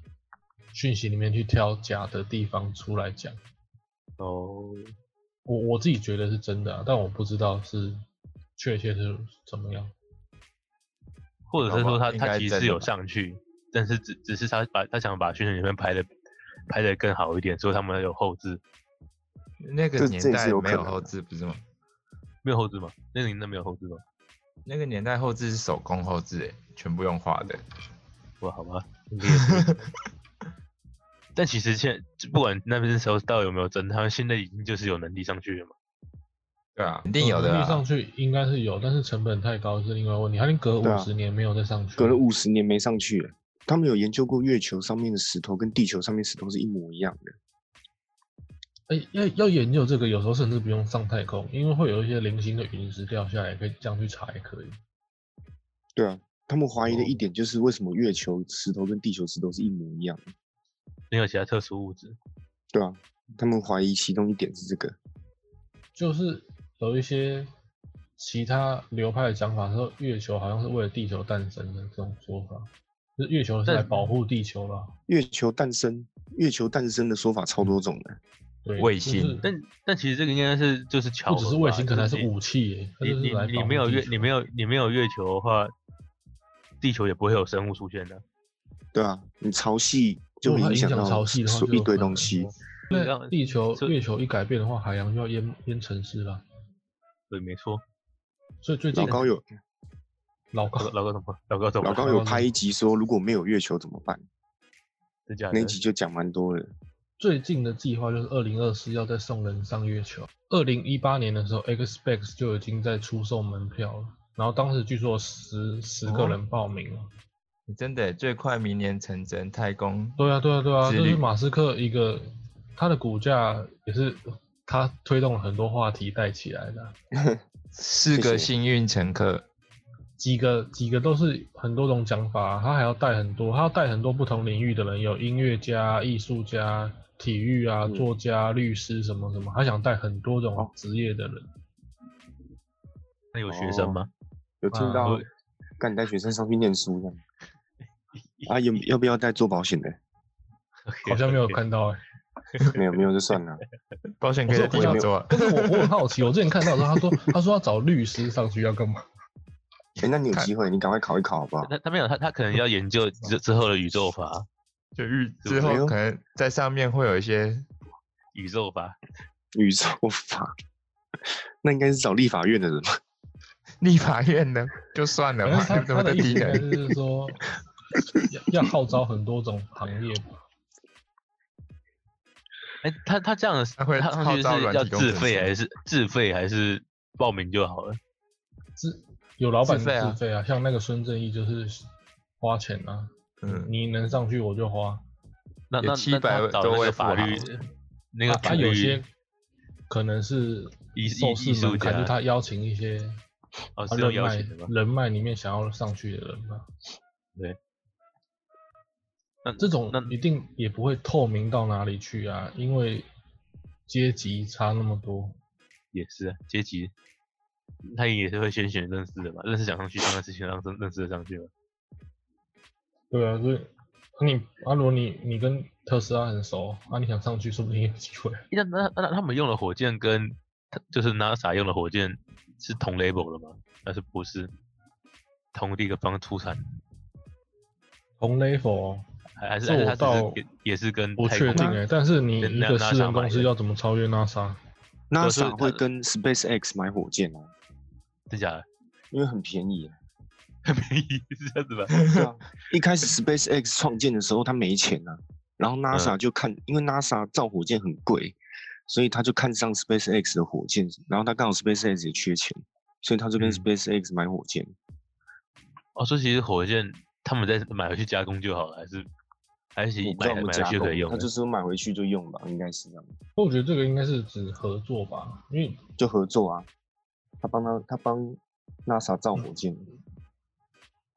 [SPEAKER 1] 讯息里面去挑假的地方出来讲。
[SPEAKER 4] 哦，
[SPEAKER 1] 我我自己觉得是真的、啊，但我不知道是确切是怎么样。
[SPEAKER 4] 或者是说他
[SPEAKER 3] 搞不好应该
[SPEAKER 4] 他其实
[SPEAKER 3] 真
[SPEAKER 4] 是
[SPEAKER 3] 的
[SPEAKER 4] 有
[SPEAKER 3] 吧
[SPEAKER 4] 上去，但是只只是他把他想把训练里面拍的拍的更好一点，所以他们有后置，
[SPEAKER 3] 那个
[SPEAKER 2] 这
[SPEAKER 3] 年
[SPEAKER 2] 这也是
[SPEAKER 3] 代
[SPEAKER 2] 有
[SPEAKER 3] 没
[SPEAKER 2] 可
[SPEAKER 3] 有
[SPEAKER 2] 能
[SPEAKER 3] 后
[SPEAKER 2] 的
[SPEAKER 3] 置不是吗？
[SPEAKER 4] 没有后置吗？那个你那没有后置吗？
[SPEAKER 3] 那个年代后置是手工后置，诶，全部用画的，
[SPEAKER 4] 哇，好吧，你也 是但其实现在不管那边的时候到底有没有真，他们现在已经就是有能力上去了嘛。
[SPEAKER 3] 对啊，肯定有的
[SPEAKER 1] 能力
[SPEAKER 3] 啦
[SPEAKER 1] 上。去应该是有，但是成本太高是另外问题。它已经隔
[SPEAKER 2] 对
[SPEAKER 1] 五
[SPEAKER 2] 啊
[SPEAKER 1] 十年没有再上去，
[SPEAKER 2] 隔了五十年没上去了。他们有研究过月球上面的石头跟地球上面石头是一模一样的。
[SPEAKER 1] 哎、要要研究这个，有时候甚至不用上太空，因为会有一些零星的陨石掉下来，可以这样去查也可以。
[SPEAKER 2] 对啊，他们怀疑的一
[SPEAKER 1] 哦
[SPEAKER 2] 点就是为什么月球石头跟地球石头是一模一样的。
[SPEAKER 4] 没有其他特殊物质，
[SPEAKER 2] 对啊，他们怀疑其中一点是这个。
[SPEAKER 1] 就是有一些其他流派的讲法说，月球好像是为了地球诞生的这种说法，就是月球是
[SPEAKER 4] 但
[SPEAKER 1] 来保护地球啦。
[SPEAKER 2] 月球诞生，月球诞生的说法超多种的。
[SPEAKER 1] 对，
[SPEAKER 3] 卫
[SPEAKER 1] 就是
[SPEAKER 3] 星
[SPEAKER 4] 但但其实这个应该是就是巧合
[SPEAKER 1] 不
[SPEAKER 4] 吧，
[SPEAKER 1] 只是卫星，可能还
[SPEAKER 4] 就是
[SPEAKER 1] 武器耶、它
[SPEAKER 4] 你
[SPEAKER 1] 就是
[SPEAKER 4] 你
[SPEAKER 1] 来
[SPEAKER 4] 你
[SPEAKER 1] 保护
[SPEAKER 4] 没有
[SPEAKER 1] 地
[SPEAKER 4] 月
[SPEAKER 1] 球
[SPEAKER 4] 你没有你没有月球的话，地球也不会有生物出现的。
[SPEAKER 2] 对啊，你潮汐
[SPEAKER 1] 如
[SPEAKER 2] 就
[SPEAKER 1] 果
[SPEAKER 2] 会
[SPEAKER 1] 它
[SPEAKER 2] 影
[SPEAKER 1] 影
[SPEAKER 2] 响到
[SPEAKER 1] 潮汐的话
[SPEAKER 2] 所
[SPEAKER 1] 就
[SPEAKER 2] 一
[SPEAKER 1] 有
[SPEAKER 2] 堆
[SPEAKER 1] 可能
[SPEAKER 2] 东西
[SPEAKER 1] 哦。因
[SPEAKER 4] 让
[SPEAKER 1] 为地球
[SPEAKER 4] 这
[SPEAKER 1] 月球一改变的话，海洋就要淹淹城市了。
[SPEAKER 4] 对，没错。
[SPEAKER 1] 所以最近
[SPEAKER 2] 老高有
[SPEAKER 1] 老
[SPEAKER 4] 老
[SPEAKER 1] 高
[SPEAKER 4] 老高怎么？老高怎么？
[SPEAKER 2] 老高
[SPEAKER 1] 高
[SPEAKER 2] 有
[SPEAKER 1] 呢
[SPEAKER 2] 拍一集说如果没有月球怎么办，
[SPEAKER 4] 是这样
[SPEAKER 2] 那
[SPEAKER 4] 的
[SPEAKER 2] 一集就讲蛮多的。
[SPEAKER 1] 最近的计划就是二零二四要再送人上月球。二零一八年的时候，Xbox 就已经在出售门票了，然后当时据说有十十个
[SPEAKER 3] 哦
[SPEAKER 1] 人报名了。
[SPEAKER 3] 你真的耶欸最快明年成真，太空
[SPEAKER 1] 对啊，对啊，对啊，
[SPEAKER 3] 之
[SPEAKER 1] 就是
[SPEAKER 3] 旅
[SPEAKER 1] 马斯克一个他的股价也是他推动了很多话题带起来的，
[SPEAKER 3] 四
[SPEAKER 2] 谢
[SPEAKER 3] 个
[SPEAKER 2] 谢
[SPEAKER 3] 幸运乘客，
[SPEAKER 1] 几个几个都是很多种讲法，他还要带很多，他要带很多不同领域的人，有音乐家、艺术家、体育啊、
[SPEAKER 2] 嗯
[SPEAKER 1] 作家、律师什么什么，他想带很多种
[SPEAKER 2] 哦
[SPEAKER 1] 职业的人。
[SPEAKER 4] 那有学生吗？
[SPEAKER 2] 有听
[SPEAKER 1] 啊
[SPEAKER 2] 到
[SPEAKER 1] 我
[SPEAKER 2] 干带学生上去念书这样。啊，有要不要带做保险的？
[SPEAKER 1] 好像没有看到哎、
[SPEAKER 2] 没有没有就算了。
[SPEAKER 3] 保险可以
[SPEAKER 1] 我
[SPEAKER 3] 在
[SPEAKER 1] 说我
[SPEAKER 3] 地
[SPEAKER 1] 也
[SPEAKER 3] 球
[SPEAKER 1] 没有
[SPEAKER 3] 做啊，
[SPEAKER 1] 但是我我很好奇，我之前看到的时候，他说他说要找律师上去要干嘛？
[SPEAKER 2] 哎，那你有
[SPEAKER 3] 看
[SPEAKER 2] 机会，你赶快考一考好不好？
[SPEAKER 4] 他他没有，他他可能要研究之之后的宇宙法，
[SPEAKER 3] 就哎预
[SPEAKER 4] 没
[SPEAKER 3] 之后
[SPEAKER 2] 有
[SPEAKER 3] 可能在上面会有一些
[SPEAKER 4] 宇宙法，
[SPEAKER 2] 宇宙法， 那应该是找立法院的人吧？
[SPEAKER 3] 立法院的，就算了
[SPEAKER 1] 反正，
[SPEAKER 3] 吧
[SPEAKER 1] 他他
[SPEAKER 3] 那么的
[SPEAKER 1] 的意思
[SPEAKER 3] 低欸
[SPEAKER 1] 应该
[SPEAKER 3] 能，
[SPEAKER 1] 是说要要号召很多种行业吧。
[SPEAKER 4] 哎、他他这样的
[SPEAKER 3] 他会
[SPEAKER 4] 他上
[SPEAKER 3] 号
[SPEAKER 4] 去
[SPEAKER 3] 召
[SPEAKER 4] 是
[SPEAKER 3] 软
[SPEAKER 4] 要
[SPEAKER 3] 体工
[SPEAKER 4] 自
[SPEAKER 3] 程
[SPEAKER 4] 费
[SPEAKER 3] 师
[SPEAKER 4] 还是自费还是报名就好了？
[SPEAKER 1] 自有老板
[SPEAKER 3] 自费啊
[SPEAKER 1] 自费啊，像那个孙正义就是花钱啊，
[SPEAKER 3] 嗯，
[SPEAKER 1] 你能上去我就花。
[SPEAKER 4] 那
[SPEAKER 3] 有
[SPEAKER 4] 那那他
[SPEAKER 3] 700
[SPEAKER 4] 找
[SPEAKER 3] 多
[SPEAKER 4] 那
[SPEAKER 3] 位
[SPEAKER 4] 个
[SPEAKER 3] 富
[SPEAKER 4] 法
[SPEAKER 3] 豪
[SPEAKER 4] 律，那个
[SPEAKER 1] 啊他他
[SPEAKER 4] 法
[SPEAKER 1] 有
[SPEAKER 4] 律
[SPEAKER 1] 些可能是
[SPEAKER 4] 艺艺
[SPEAKER 1] 受
[SPEAKER 4] 艺
[SPEAKER 1] 试
[SPEAKER 4] 术
[SPEAKER 1] 门槛，
[SPEAKER 4] 家
[SPEAKER 1] 就他邀请一些
[SPEAKER 4] 哦
[SPEAKER 1] 他
[SPEAKER 4] 是用
[SPEAKER 1] 人
[SPEAKER 4] 邀
[SPEAKER 1] 脉
[SPEAKER 4] 请的吗？
[SPEAKER 1] 人脉里面想要上去的人吧。
[SPEAKER 4] 那
[SPEAKER 1] 这种
[SPEAKER 4] 那
[SPEAKER 1] 一定也不会透明到哪里去啊，因为阶级差那么多。
[SPEAKER 4] 也是啊，阶级，他也是会先选认识的嘛，认识想上去，当然是先让认认识的上去嘛。
[SPEAKER 1] 对啊，所以你阿罗你你跟特斯拉很熟啊，你想上去说不定有机会。
[SPEAKER 4] 诶那那那他们用的火箭跟他就是 NASA 用的火箭是同 label 的吗？但是不是同一个方出产，
[SPEAKER 1] 同 level 哦
[SPEAKER 4] 还还是
[SPEAKER 1] 这
[SPEAKER 4] 还是
[SPEAKER 1] 我
[SPEAKER 4] 他只是
[SPEAKER 1] 倒
[SPEAKER 4] 也也是跟
[SPEAKER 1] 不
[SPEAKER 4] 太
[SPEAKER 1] 确
[SPEAKER 4] 空啊
[SPEAKER 1] 定哎、但是你
[SPEAKER 4] 跟
[SPEAKER 1] 一
[SPEAKER 4] 那
[SPEAKER 1] 个私
[SPEAKER 4] NASA
[SPEAKER 1] 人
[SPEAKER 4] 买
[SPEAKER 1] 公司
[SPEAKER 4] 的
[SPEAKER 1] 要怎么超越 NASA？
[SPEAKER 4] 可
[SPEAKER 2] NASA
[SPEAKER 4] 是
[SPEAKER 2] 会
[SPEAKER 1] 呃
[SPEAKER 4] 它
[SPEAKER 2] 跟 SpaceX 买火箭啊，
[SPEAKER 4] 真假的？
[SPEAKER 2] 因为很便宜啊。
[SPEAKER 4] 没意思是这样子吧？
[SPEAKER 2] 对啊，一开始 SpaceX 创建的时候他没钱啊，然后
[SPEAKER 4] 嗯
[SPEAKER 2] NASA 就看，因为 NASA 造火箭很贵，所以他就看上 SpaceX 的火箭，然后他刚好 SpaceX 也缺钱，所以他就跟
[SPEAKER 4] 嗯
[SPEAKER 2] SpaceX 买火箭。
[SPEAKER 4] 哦，所以其实火箭他们再买回去加工就好了，还是还是
[SPEAKER 2] 我不知
[SPEAKER 4] 买
[SPEAKER 2] 道有
[SPEAKER 4] 买
[SPEAKER 2] 没有
[SPEAKER 4] 回
[SPEAKER 2] 加
[SPEAKER 4] 去就可以
[SPEAKER 2] 工，
[SPEAKER 4] 用
[SPEAKER 2] 他
[SPEAKER 4] 的？
[SPEAKER 2] 就是买回去就用吧，应该是这样，
[SPEAKER 1] 我觉得这个应该是指合作吧，因为
[SPEAKER 2] 就合作啊。他帮他他帮 NASA 造火箭，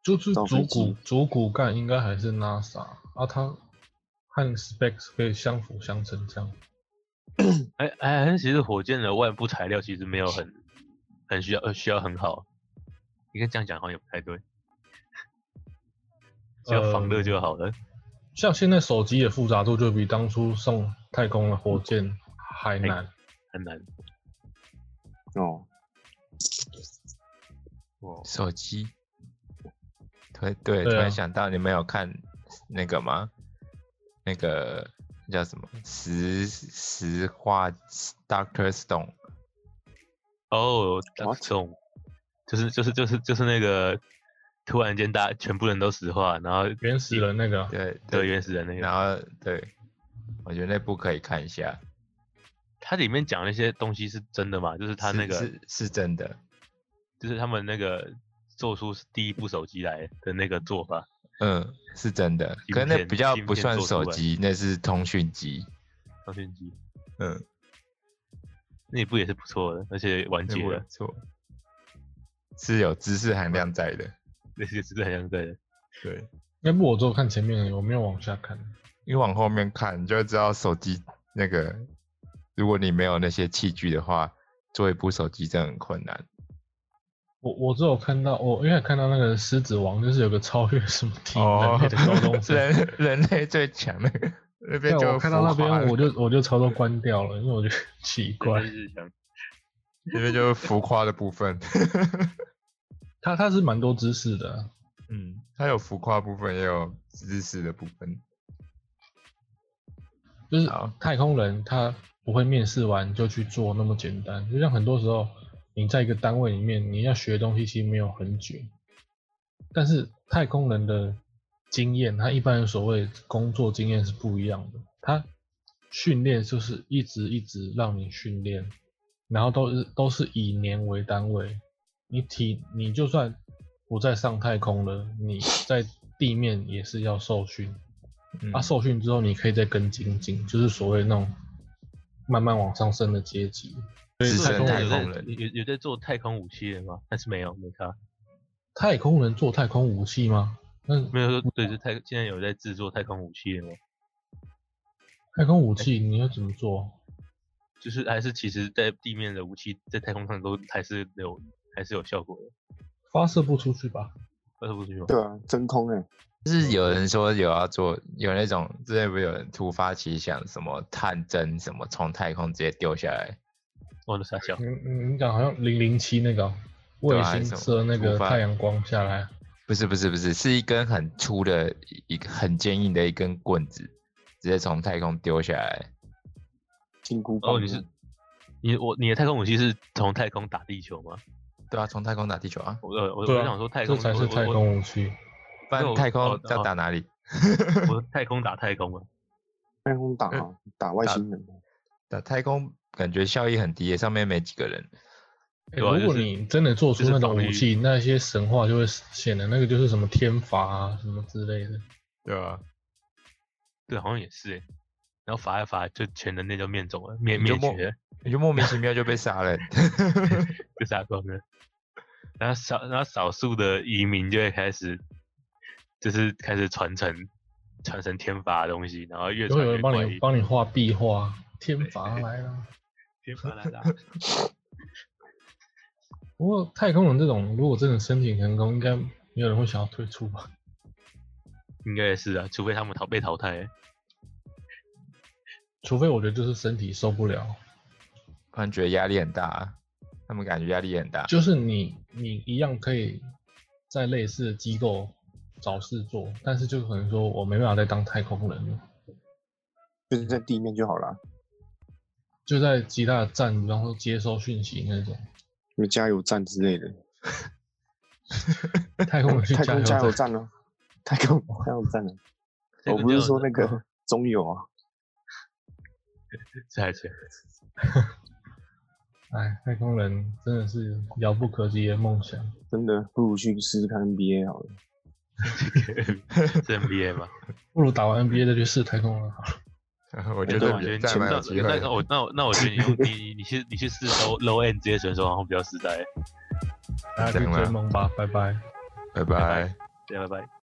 [SPEAKER 1] 就是
[SPEAKER 2] 造
[SPEAKER 1] 主
[SPEAKER 2] 飞
[SPEAKER 1] 骨
[SPEAKER 2] 机
[SPEAKER 1] 主骨干应该还是 NASA 啊，它和 Specs 可以相辅相成这样。
[SPEAKER 4] 哎哎，还是其实火箭的外部材料其实没有很很需要呃需要很好，你看这样讲好像也不太对，只要防热
[SPEAKER 3] 呃
[SPEAKER 4] 就好了。
[SPEAKER 1] 像现在手机的复杂度就比当初送太空的火箭还难。
[SPEAKER 4] 很难
[SPEAKER 2] 哦，
[SPEAKER 4] 哦，
[SPEAKER 3] 手机。对对，突
[SPEAKER 1] 对啊
[SPEAKER 3] 然想到，你们有看那个吗？那个叫什么？石石化 Doctor Stone，
[SPEAKER 4] 哦，
[SPEAKER 2] What？
[SPEAKER 4] 这种就是就是就是就是那个突然间大家全部人都石化，然后
[SPEAKER 1] 原始人那个啊
[SPEAKER 3] 对
[SPEAKER 4] 的原始人那个，
[SPEAKER 3] 然后对，我觉得那部可以看一下。
[SPEAKER 4] 它里面讲那些东西是真的吗？就是他
[SPEAKER 3] 是
[SPEAKER 4] 那个
[SPEAKER 3] 是是真的，
[SPEAKER 4] 就是他们那个做出第一部手机来的那个做法，
[SPEAKER 3] 嗯，是真的。
[SPEAKER 4] 芯
[SPEAKER 3] 可能那
[SPEAKER 4] 片
[SPEAKER 3] 比较
[SPEAKER 4] 芯
[SPEAKER 3] 不
[SPEAKER 4] 片
[SPEAKER 3] 算
[SPEAKER 4] 做出
[SPEAKER 3] 手
[SPEAKER 4] 来
[SPEAKER 3] 机，那是通讯机。
[SPEAKER 4] 照相机
[SPEAKER 3] 嗯，
[SPEAKER 4] 那一部也是不错的，而且完
[SPEAKER 3] 那
[SPEAKER 4] 结
[SPEAKER 3] 部
[SPEAKER 4] 了
[SPEAKER 3] 不。错，是有知识含量在的。
[SPEAKER 4] 那些是很像在的。
[SPEAKER 3] 对，
[SPEAKER 1] 要不我只有看前面而已，我没有往下看。
[SPEAKER 3] 你往后面看，你就会知道手机那个，如果你没有那些器具的话，做一部手机真的很困难。
[SPEAKER 1] 我我只有看到我因为看到那个狮子王，就是有个超越什么体
[SPEAKER 3] 哦
[SPEAKER 1] 能类的 高 中生，
[SPEAKER 3] 人人类最强那个那边
[SPEAKER 1] 对，
[SPEAKER 3] 就
[SPEAKER 1] 我看到那
[SPEAKER 3] 浮华
[SPEAKER 1] 边
[SPEAKER 3] 了
[SPEAKER 1] 我就我就操作关掉了，因为我觉得 奇怪。
[SPEAKER 4] 是想
[SPEAKER 3] 那边就是浮夸的部分。
[SPEAKER 1] 他他是蛮多知识的啊，
[SPEAKER 3] 嗯，它有浮夸部分，也有知识的部分。
[SPEAKER 1] 就是
[SPEAKER 3] 好
[SPEAKER 1] 太空人他不会面试完就去做那么简单，就像很多时候你在一个单位里面，你要学的东西其实没有很久，但是太空人的经验，他一般人所谓工作经验是不一样的，他训练就是一直一直让你训练，然后都是都是以年为单位，你体你就算不再上太空了，你在地面也是啊要受训。
[SPEAKER 3] 嗯
[SPEAKER 1] 啊，受训之后你可以再跟精进，就是所谓那种慢慢往上升的阶级。所以
[SPEAKER 3] 资
[SPEAKER 1] 太
[SPEAKER 3] 深
[SPEAKER 1] 空
[SPEAKER 3] 太
[SPEAKER 1] 人
[SPEAKER 3] 空
[SPEAKER 4] 有在
[SPEAKER 3] 人，
[SPEAKER 4] 有有在做太空武器的吗？但是没有，没看，
[SPEAKER 1] 太空人做太空武器吗？那
[SPEAKER 4] 没有说对，是太现在有在制作太空武器的吗？
[SPEAKER 1] 太空武器你要怎么做？
[SPEAKER 4] 就是还是其实，在地面的武器在太空上都还是有还是有效果的，
[SPEAKER 1] 发射不出去吧？
[SPEAKER 4] 那是不是吗？
[SPEAKER 2] 对啊，真空哎、
[SPEAKER 3] 就是有人说有要做有那种之前不是有人突发奇想，什么探针什么从太空直接丢下来，
[SPEAKER 4] 我的傻笑
[SPEAKER 1] 你，你你讲好像零零七那个哦卫
[SPEAKER 3] 对啊
[SPEAKER 1] 星
[SPEAKER 3] 什么
[SPEAKER 1] 射那个
[SPEAKER 3] 触发
[SPEAKER 1] 太阳光下来，
[SPEAKER 3] 不是不是不是，是一根很粗的一一个很坚硬的一根棍子，直接从太空丢下来。
[SPEAKER 2] 金箍棒。啊
[SPEAKER 4] 哦，你是你我你的太空武器是从太空打地球吗？
[SPEAKER 3] 对啊，从太空打地球啊，
[SPEAKER 4] 我我我
[SPEAKER 1] 对啊
[SPEAKER 4] 我想说太
[SPEAKER 1] 这
[SPEAKER 4] 空
[SPEAKER 1] 才是太
[SPEAKER 4] 我我
[SPEAKER 1] 空武器。
[SPEAKER 3] 不然
[SPEAKER 4] 我
[SPEAKER 3] 太空
[SPEAKER 4] 哦
[SPEAKER 3] 要打哪里？
[SPEAKER 4] 我我太空打太空啊，
[SPEAKER 2] 太空打、
[SPEAKER 4] 嗯
[SPEAKER 2] 啊、打外
[SPEAKER 3] 打
[SPEAKER 2] 星人，
[SPEAKER 3] 打太空感觉效益很低耶，上面没几个人。
[SPEAKER 1] 欸
[SPEAKER 4] 对
[SPEAKER 1] 如
[SPEAKER 4] 啊
[SPEAKER 1] 果
[SPEAKER 4] 就是
[SPEAKER 1] 你真的做出
[SPEAKER 4] 就是
[SPEAKER 1] 那种
[SPEAKER 4] 防御
[SPEAKER 1] 武器，那些神话就会实现了，那个就是什么天罚啊什么之类的。
[SPEAKER 3] 对啊，
[SPEAKER 4] 对，好像也是哎、然后罚一罚就全人类就灭种了，灭
[SPEAKER 3] 你就
[SPEAKER 4] 灭
[SPEAKER 3] 莫
[SPEAKER 4] 绝了，
[SPEAKER 3] 你就莫名其妙就被杀了。
[SPEAKER 4] 就杀光了。 然后少然后少数的移民就会开始，就是开始传承传承天罚的东西，然后
[SPEAKER 1] 有
[SPEAKER 4] 越传
[SPEAKER 1] 有
[SPEAKER 4] 越
[SPEAKER 1] 人帮
[SPEAKER 4] 怪
[SPEAKER 1] 你
[SPEAKER 4] 异。
[SPEAKER 1] 帮你画壁画，啊天罚来了。
[SPEAKER 4] 天罚来了，
[SPEAKER 1] 不过太空人这种，如果真的申请成功，应该没有人会想要退出吧？
[SPEAKER 4] 应该也是啊，除非他们淘被淘汰欸、
[SPEAKER 1] 除非我觉得就是身体受不了，
[SPEAKER 3] 突然觉得压力很大，啊他们感觉压力很大。
[SPEAKER 1] 就是你你一样可以在类似的机构找事做，但是就可能说我没办法再当太空人了，
[SPEAKER 2] 就是在地面就好了。
[SPEAKER 1] 就在其他的站，比方说接收讯息那种，
[SPEAKER 2] 有加油站之类的，
[SPEAKER 1] 太空人去
[SPEAKER 2] 太
[SPEAKER 1] 加
[SPEAKER 2] 空
[SPEAKER 1] 油
[SPEAKER 2] 加油
[SPEAKER 1] 站。
[SPEAKER 2] 站啊，太空加油站啊。
[SPEAKER 4] 太
[SPEAKER 2] 我
[SPEAKER 4] 空
[SPEAKER 2] 不是
[SPEAKER 4] 加油
[SPEAKER 2] 说那
[SPEAKER 4] 站
[SPEAKER 2] 个中油啊，
[SPEAKER 4] 这还是
[SPEAKER 1] 哎，太空人真的是遥不可及的梦想。
[SPEAKER 2] 真的不如去试试看 NBA 好了。
[SPEAKER 4] 是 NBA 吗？
[SPEAKER 1] 不如打完 NBA 再去试太空人好了。
[SPEAKER 3] 我
[SPEAKER 2] 觉
[SPEAKER 3] 觉
[SPEAKER 2] 得
[SPEAKER 3] 得
[SPEAKER 4] 我觉得
[SPEAKER 3] 这样蛮有机
[SPEAKER 4] 你那
[SPEAKER 3] 会
[SPEAKER 4] 那
[SPEAKER 3] 的。
[SPEAKER 4] 我那我那我觉得你用你你你去你去试 low low end 职业选手，然后比较实在欸。
[SPEAKER 1] 大家去
[SPEAKER 3] 真的
[SPEAKER 1] 追梦吧，拜拜。
[SPEAKER 3] 拜
[SPEAKER 4] 拜
[SPEAKER 3] 拜。
[SPEAKER 4] 对，拜拜。